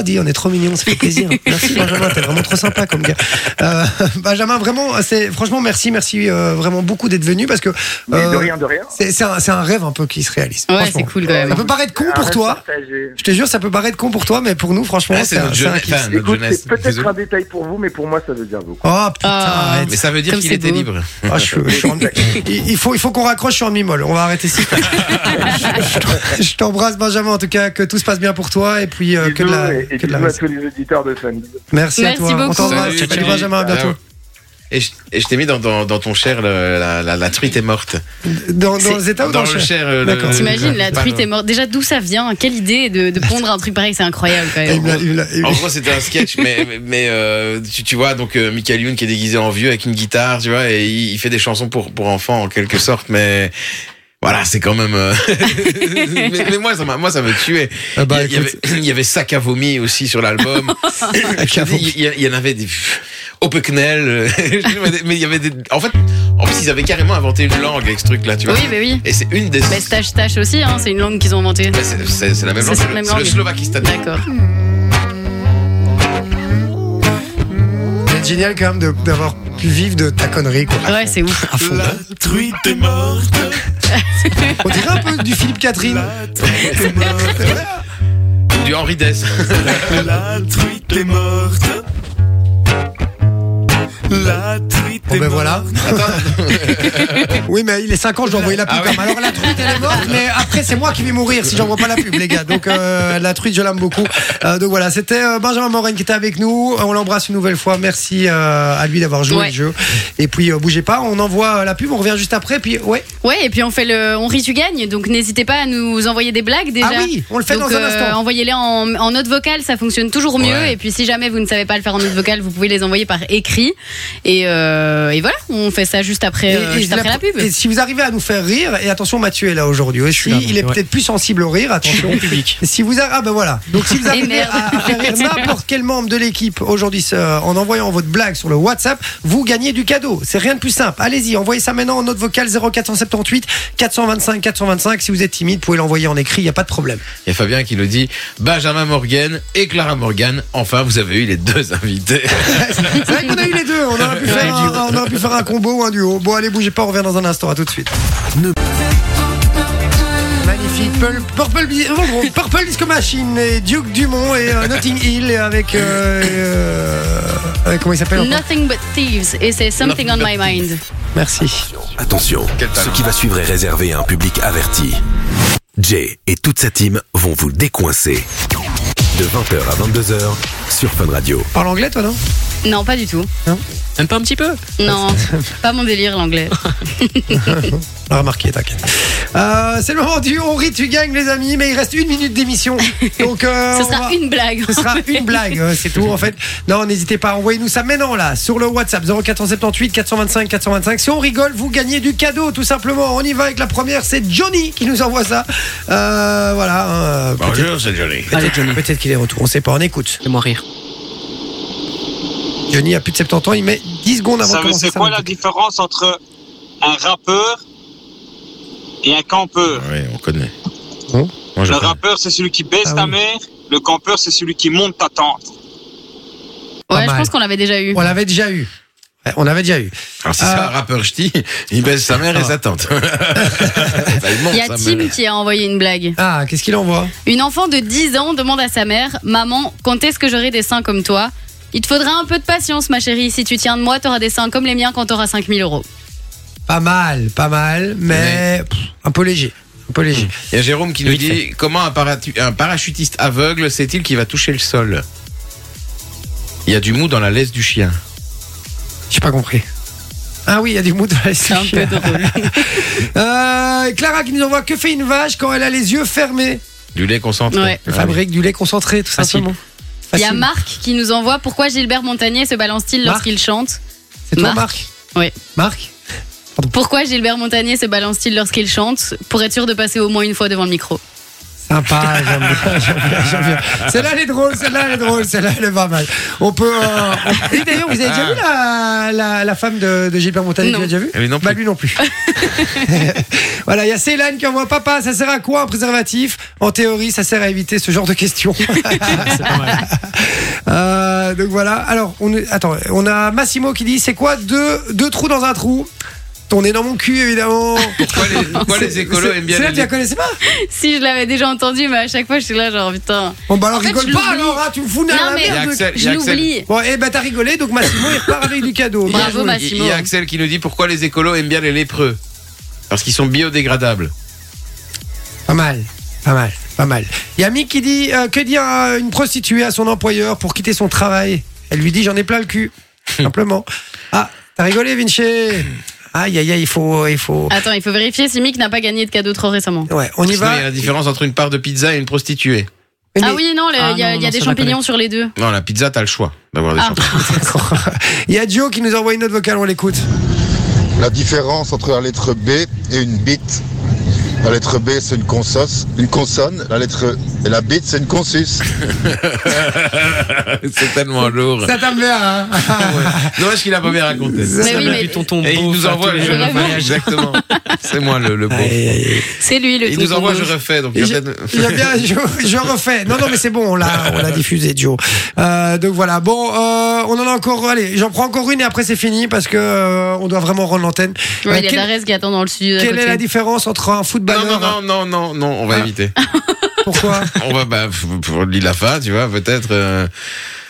S1: *laughs* oh, dis, on est trop mignons, ça fait plaisir.
S13: *laughs*
S1: Merci Benjamin, t'es vraiment trop sympa comme gars. Euh, Benjamin, vraiment, c'est franchement merci, merci euh, vraiment beaucoup d'être venu parce que euh,
S13: Mais de rien, de rien.
S1: c'est c'est un, c'est un rêve un peu qui se réalise.
S13: Ouais,
S1: Franchement.
S13: c'est cool, quand même.
S1: Ça peut paraître con
S13: Un
S1: pour
S13: rêve
S1: toi.
S13: partagé.
S1: Je te jure, ça peut paraître con pour toi, mais pour nous, franchement,
S5: Ouais, Ah, c'est
S1: c'est un,
S5: notre
S1: c'est un
S5: jeunesse,
S1: kiff.
S5: enfin, notre
S13: Écoute,
S5: jeunesse.
S13: c'est peut-être un détail pour vous, mais pour moi, ça veut dire beaucoup.
S1: Oh putain,
S13: Ah.
S1: arrête.
S5: Mais ça veut dire
S1: Comme
S5: qu'il
S1: c'est
S5: était
S1: beau.
S5: libre.
S1: Ah, je suis- je suis en- *laughs* il il faut, il faut qu'on raccroche, je suis en mi-molle. On va arrêter ici.
S13: *laughs*
S1: Je t'em- je t'embrasse, Benjamin, en tout cas, que tout se passe bien pour toi et puis euh, que de la.
S13: Et
S1: que de
S13: bisous
S1: la
S13: à tous les auditeurs de Fun.
S1: Merci, à toi. On t'embrasse. Salut, Benjamin, à
S5: Bah,
S1: bientôt.
S5: Et je, et je t'ai mis dans, dans, dans ton cher, le- la, la, la truite est morte.
S1: Dans, dans
S5: C'est-
S1: les états ou dans,
S5: dans le cher, euh, le-
S1: D'accord.
S6: T'imagines, la
S5: Pardon.
S6: truite est morte. Déjà, d'où ça vient Quelle idée de, de pondre un truc pareil C'est incroyable quand
S1: Et il
S6: même.
S1: l'a- il l'a- il-
S5: En gros, c'était un sketch, mais, mais- mais euh, tu, tu vois, donc euh, Michael Youn qui est déguisé en vieux avec une guitare, tu vois, et il, il fait des chansons pour, pour enfants en quelque sorte, mais voilà, c'est quand même. euh, *laughs* mais, mais moi, ça m'a, moi, ça me tuait.
S1: Ah bah,
S5: il, y avait,
S1: écoute.
S5: il y avait Sac à vomi aussi sur
S6: *laughs*
S5: l'album. Je te dis, il, y a- il y en avait des. Opeknell, euh, *laughs* mais il y avait des. En fait, en fait, ils avaient carrément inventé une langue avec ce truc-là, tu vois.
S6: Oui, mais oui.
S5: Et c'est une des.
S6: Mais stache, stache aussi, hein, c'est une langue qu'ils ont inventée.
S5: C'est c'est- c'est la même
S6: C'est
S5: langue.
S6: la
S5: que
S6: même
S5: le- C'est le
S6: langue.
S5: Slovakistan.
S6: D'accord.
S1: C'est génial quand même de- d'avoir pu vivre de ta connerie. Quoi.
S6: Ouais, c'est ouf.
S1: La truite est morte. On dirait un peu du Philippe Catherine.
S5: Du Henri Dess.
S12: La truite est morte. La truite
S1: Bon ben voilà. *laughs* oui mais il est 5 ans, je dois envoyer la pub. quand même. Alors la truite elle est morte, mais après c'est moi qui vais mourir si j'envoie pas la pub les gars. Donc euh, la truite je l'aime beaucoup. Euh, donc voilà, c'était euh, Benjamin Morène qui était avec nous. Euh, On l'embrasse une nouvelle fois. Merci euh, à lui d'avoir joué
S6: Ouais.
S1: le jeu. Et puis euh, bougez pas, on envoie euh, la pub, on revient juste après. Puis ouais.
S6: Ouais, et puis on fait le on rit tu gagnes, donc n'hésitez pas à nous envoyer des blagues déjà.
S1: Ah oui, on le fait
S6: Donc, euh,
S1: dans un instant.
S6: Envoyez-les en, en note vocale, ça fonctionne toujours mieux.
S1: Ouais.
S6: Et puis si jamais vous ne savez pas le faire en note vocale, vous pouvez les envoyer par écrit. Et, euh, et voilà, on fait ça juste après, euh,
S1: Et- et
S6: juste après la pub.
S1: et si vous arrivez à nous faire rire, et attention, Mathieu est là aujourd'hui aussi,
S7: là, donc,
S1: il est
S7: ouais.
S1: peut-être plus sensible au rire, *laughs* attention.
S7: bon public.
S1: Si vous arri- ah ben voilà. Donc si vous
S7: Et
S1: arrivez
S7: merde.
S1: à à faire rire n'importe quel membre de l'équipe aujourd'hui euh, en envoyant votre blague sur le WhatsApp, vous gagnez du cadeau. C'est rien de plus simple. Allez-y, envoyez ça maintenant en note vocale 0478 425 425. Si vous êtes timide, vous pouvez l'envoyer en écrit, il n'y a pas de problème.
S5: Il y a Fabien qui le dit Benjamin Morgan et Clara Morgan. Enfin, vous avez eu les
S2: *laughs*
S5: deux invités.
S1: C'est vrai qu'on a eu les deux. On aurait pu, faire un, on aurait pu faire un combo ou un duo. Bon, allez, bougez pas, on revient dans un instant. À tout de suite. Magnifique. Purple, Purple, Bi- oh, gros, Purple Disco Machine et Duke Dumont et euh, Notting Hill et avec. euh, euh, euh, comment il s'appelle encore
S6: Nothing but thieves, et c'est something on my mind.
S1: Merci.
S2: Attention, ce qui va suivre est réservé à un public averti. Jay et toute sa team vont vous décoincer. De 20h à 22h sur Fun Radio.
S1: Parle anglais, toi, non
S6: Non, pas du tout.
S7: Même pas un petit peu
S6: Non, pas mon délire l'anglais.
S1: On l'a remarqué, t'inquiète. Euh, c'est le moment du on rit, tu gagnes, les amis, mais il reste une minute
S6: *laughs*
S1: d'émission. Donc, euh,
S6: Ce
S1: on
S6: sera
S1: va-
S6: une blague.
S1: Ce
S6: *laughs*
S1: sera une blague, euh, c'est tout en fait. Non, n'hésitez pas, envoyez-nous ça maintenant là, sur le WhatsApp 0478 425 425. Si on rigole, vous gagnez du cadeau tout simplement. On y va avec la première, c'est Johnny qui nous envoie ça. Euh, voilà. hein, peut-être-
S5: Bonjour, c'est Johnny.
S1: Peut-être peut-être qu'il est retour, on sait pas, on écoute.
S7: Fais-moi rire.
S1: Johnny a plus de 70 ans, il met 10 secondes avant de
S14: Savez,
S1: commencer
S14: c'est
S1: ça.
S14: quoi la différence entre un rappeur et un campeur
S5: Oui, on connaît.
S1: Bon.
S5: Moi, je
S14: Le
S5: connais.
S14: rappeur, c'est celui qui
S1: Ah
S14: baisse ta mère. Le campeur, c'est celui qui monte ta tente.
S1: Pas
S5: Ah, bah,
S6: Ouais, je
S1: mal.
S6: pense qu'on l'avait déjà eu.
S1: On l'avait déjà eu. Ouais, On l'avait déjà eu.
S5: Alors, si Ah, c'est un rappeur ch'ti, il baisse sa mère et sa tante. *laughs* Ça, il monte,
S6: Il y a
S5: sa
S6: Tim
S5: mère.
S6: qui a envoyé une blague.
S1: Ah, qu'est-ce qu'il envoie
S6: Une enfant de 10 ans demande à sa mère Maman, quand est-ce que j'aurai des seins comme toi Il te faudra un peu de patience, ma chérie. Si tu tiens de moi, t'auras des seins comme les miens quand t'auras 5000 euros.
S1: Pas mal, pas mal, mais pff, un peu léger. Un peu léger.
S5: Il y a Jérôme qui nous dit Comment un, paratu- un parachutiste aveugle sait-il qu'il va toucher le sol Il y a du mou dans la laisse du chien.
S1: J'ai pas compris. Ah oui, il y a du mou dans la C'est
S5: un peu
S1: *laughs* Euh, Clara qui nous envoie que fait une vache quand elle a les yeux fermés.
S5: Du lait concentré. Ah
S6: Ouais.
S1: Elle fabrique du lait concentré, tout
S7: Ah,
S1: simplement.
S6: Il y a
S1: Facile.
S6: Marc qui nous envoie Pourquoi Gilbert Montagnier se balance-t-il
S1: Marc
S6: lorsqu'il chante
S1: C'est toi, Marc
S6: Oui.
S1: Marc
S6: Pourquoi Gilbert Montagnier se balance-t-il lorsqu'il chante Pour être sûr de passer au moins une fois devant le micro. *laughs*
S1: Sympa, j'aime bien, *laughs* j'aime bien, j'aime bien. Celle-là, elle est drôle, celle-là, elle est drôle, celle-là, elle est pas mal. On peut. euh, on- Et d'ailleurs, vous avez déjà vu la, la, la femme de, de Gilbert Montagnier Vous l'avez déjà vu Bah, lui non
S5: *laughs*
S1: plus. voilà, il y a Céline qui envoie Papa, ça sert à quoi un préservatif En théorie, ça sert à éviter ce genre de
S5: *laughs*
S1: questions. Euh, donc voilà. Alors, on est- attends, on a Massimo qui dit c'est quoi deux, deux trous dans un trou Ton nez dans mon cul, évidemment.
S5: Pourquoi les, pourquoi les écolos
S1: C'est-
S5: aiment bien
S1: celle-là,
S5: la
S1: tu la connaissais pas
S6: Si, je l'avais déjà entendu, mais à chaque fois, je suis là, genre, putain.
S1: Bon, bah alors,
S6: En fait,
S1: rigole
S6: je
S1: pas
S6: l'oublie.
S1: alors, hein, tu me fous de la
S6: Non, mais euh,
S1: merde.
S5: Il y a Axel, il y
S1: je
S5: a Axel.
S1: l'oublie. Bon, eh ben t'as rigolé, donc Massimo, il repart avec du cadeau.
S5: Il y a- Il y a Axel qui nous dit pourquoi les écolos aiment bien les lépreux. Parce qu'ils sont biodégradables.
S1: Pas mal, pas mal, pas mal. Il y a Mick qui dit euh, Que dire à une prostituée à son employeur pour quitter son travail Elle lui dit J'en ai plein le cul. Simplement. Ah, t'as rigolé, Vinci Aïe, aïe, aïe, il faut. Il faut...
S6: Attends, il faut vérifier si Mick n'a pas gagné de cadeau trop récemment.
S1: Ouais, on y
S5: Sinon,
S1: va.
S5: Il y a la différence entre une part de pizza et une prostituée.
S6: Ah oui, non, le- il y a, il y a des champignons sur les deux.
S5: Non, la pizza, t'as le choix d'avoir des
S6: Ah.
S5: champignons.
S1: *laughs* Il y a Joe qui nous envoie une autre vocale, on l'écoute.
S15: La différence entre la lettre B et une bite. La lettre B, c'est une, consos- une consonne. La lettre et la bite, c'est une consus.
S5: *laughs* C'est tellement lourd.
S1: Ça t'aime bien, hein
S5: Dommage qu'il a pas bien raconté.
S1: Mais
S5: Ça
S1: oui,
S5: m'a
S1: mais-
S5: fait Et il nous envoie le je refais. Exactement. C'est moi le, le beau.
S6: C'est lui le
S5: Il
S6: truc
S5: nous envoie
S6: rouge.
S5: je refais. Donc
S1: Et
S5: il va
S1: j'ai-
S5: peut-être- *laughs*
S1: Il y a bien, je, je refais. Non, non, mais c'est bon, on l'a, on l'a diffusé, Joe. Euh, donc voilà. Bon, euh, on en a encore. Allez, j'en prends encore une et après c'est fini parce que euh, on doit vraiment rendre l'antenne.
S6: Ouais,
S1: Euh,
S6: il y a
S1: quel-
S6: Darès qui attend dans le studio. à
S1: quelle est
S6: côté.
S1: la différence entre un footballeur
S5: Non, non, non, non, non, non, on
S1: Ah.
S5: va éviter. *laughs*
S1: Pourquoi
S5: On va, bah, pour- pour l'ILAFA, tu vois, peut-être. euh,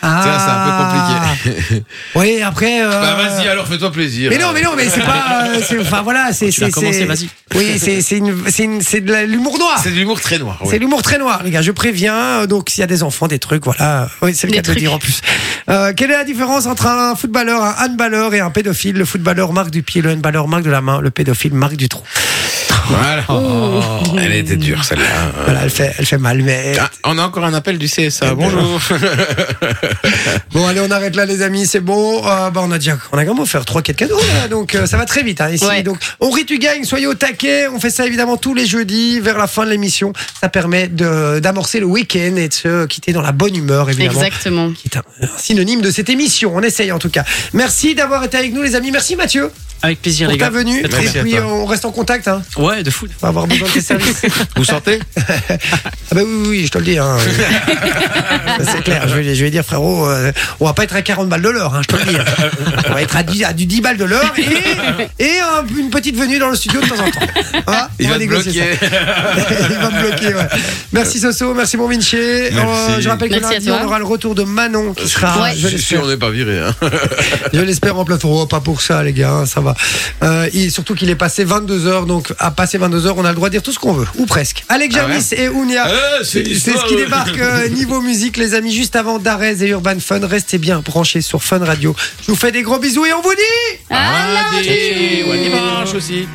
S5: tiens,
S1: Ah.
S5: c'est un peu compliqué. *laughs*
S1: Oui, après. euh,
S5: Bah, vas-y, alors fais-toi plaisir.
S1: Mais non, mais non, mais c'est pas. euh, c'est- Enfin voilà, c'est.
S5: Tu l'as
S1: c'est-
S5: commencé,
S1: c'est-
S5: vas-y.
S1: Oui, c'est c'est une- c'est une- c'est de la- l'humour noir.
S5: C'est de l'humour très noir. ouais.
S1: C'est l'humour très noir, les gars. Je préviens. euh, Donc, s'il y a des enfants, des trucs, voilà. Oui, c'est le
S5: Des
S1: cas de le
S5: trucs.
S1: dire en plus. Euh, quelle est la différence entre un footballeur, un handballeur et un pédophile Le footballeur marque du pied, le handballeur marque de la main, le pédophile marque du trou.
S5: Euh. Voilà.
S1: Oh.
S5: Elle était dure, celle-là. Eh ben.
S1: Voilà, elle fait, elle fait mal, mais.
S5: Ah, on a encore un appel du CSA. Bonjour.
S1: Bon, allez, on arrête là, les amis. C'est bon. Euh, bah, on a déjà, on a quand même offert 3 4 cadeaux, là, donc euh, ça va très vite hein, ici. Donc, on rit, tu gagnes. Soyez au taquet. On fait ça évidemment tous les jeudis vers la fin de l'émission. Ça permet de- d'amorcer le week-end et de se quitter dans la bonne humeur, évidemment.
S6: Exactement.
S1: un synonyme de cette émission. On essaye en tout cas. Merci d'avoir été avec nous, les amis. Merci Mathieu.
S7: Avec plaisir,
S1: Pour
S7: les
S1: ta
S7: gars.
S1: venue.
S7: Très
S1: Et
S7: bien.
S1: puis on reste en contact. Hein.
S7: Ouais, de fou.
S1: On va avoir besoin de tes services.
S5: Vous sortez
S1: Ah bah oui, oui, oui, je te le dis. hein. Ça, C'est clair. Je vais, je vais dire frérot, euh, on va pas être à 40 balles de l'heure. hein, je te le dis. On va être à, 10 à du 10 balles de l'heure et, et un- une petite venue dans le studio de temps en temps. Hein,
S5: Il
S1: on va
S5: va te
S1: négocier ça.
S5: bloquer.
S1: *laughs* Il va me bloquer. ouais. Merci Soso, merci mon Vinci. Euh, je rappelle que
S6: Merci à
S1: lundi,
S6: toi.
S1: on aura le retour de Manon qui sera. je
S5: Si- Si
S1: l'espère.
S5: on n'est pas viré. hein.
S1: Je l'espère en plateau. Oh, pas pour ça, les gars, hein, ça va. Euh, il- surtout qu'il est passé 22h, donc à passer 22h, on a le droit de dire tout ce qu'on veut, ou presque. Alex
S5: Ah ouais
S1: Jarvis et Ounia,
S5: Ah, c'est
S1: c'est
S5: l'histoire,
S1: ce qui
S5: ouais.
S1: débarque euh, niveau musique, les amis, juste avant Darez et Urban Fun. Restez bien branchés sur Fun Radio. Je vous fais des gros bisous et on vous dit
S5: Ah, dis- ouais, dimanche aussi.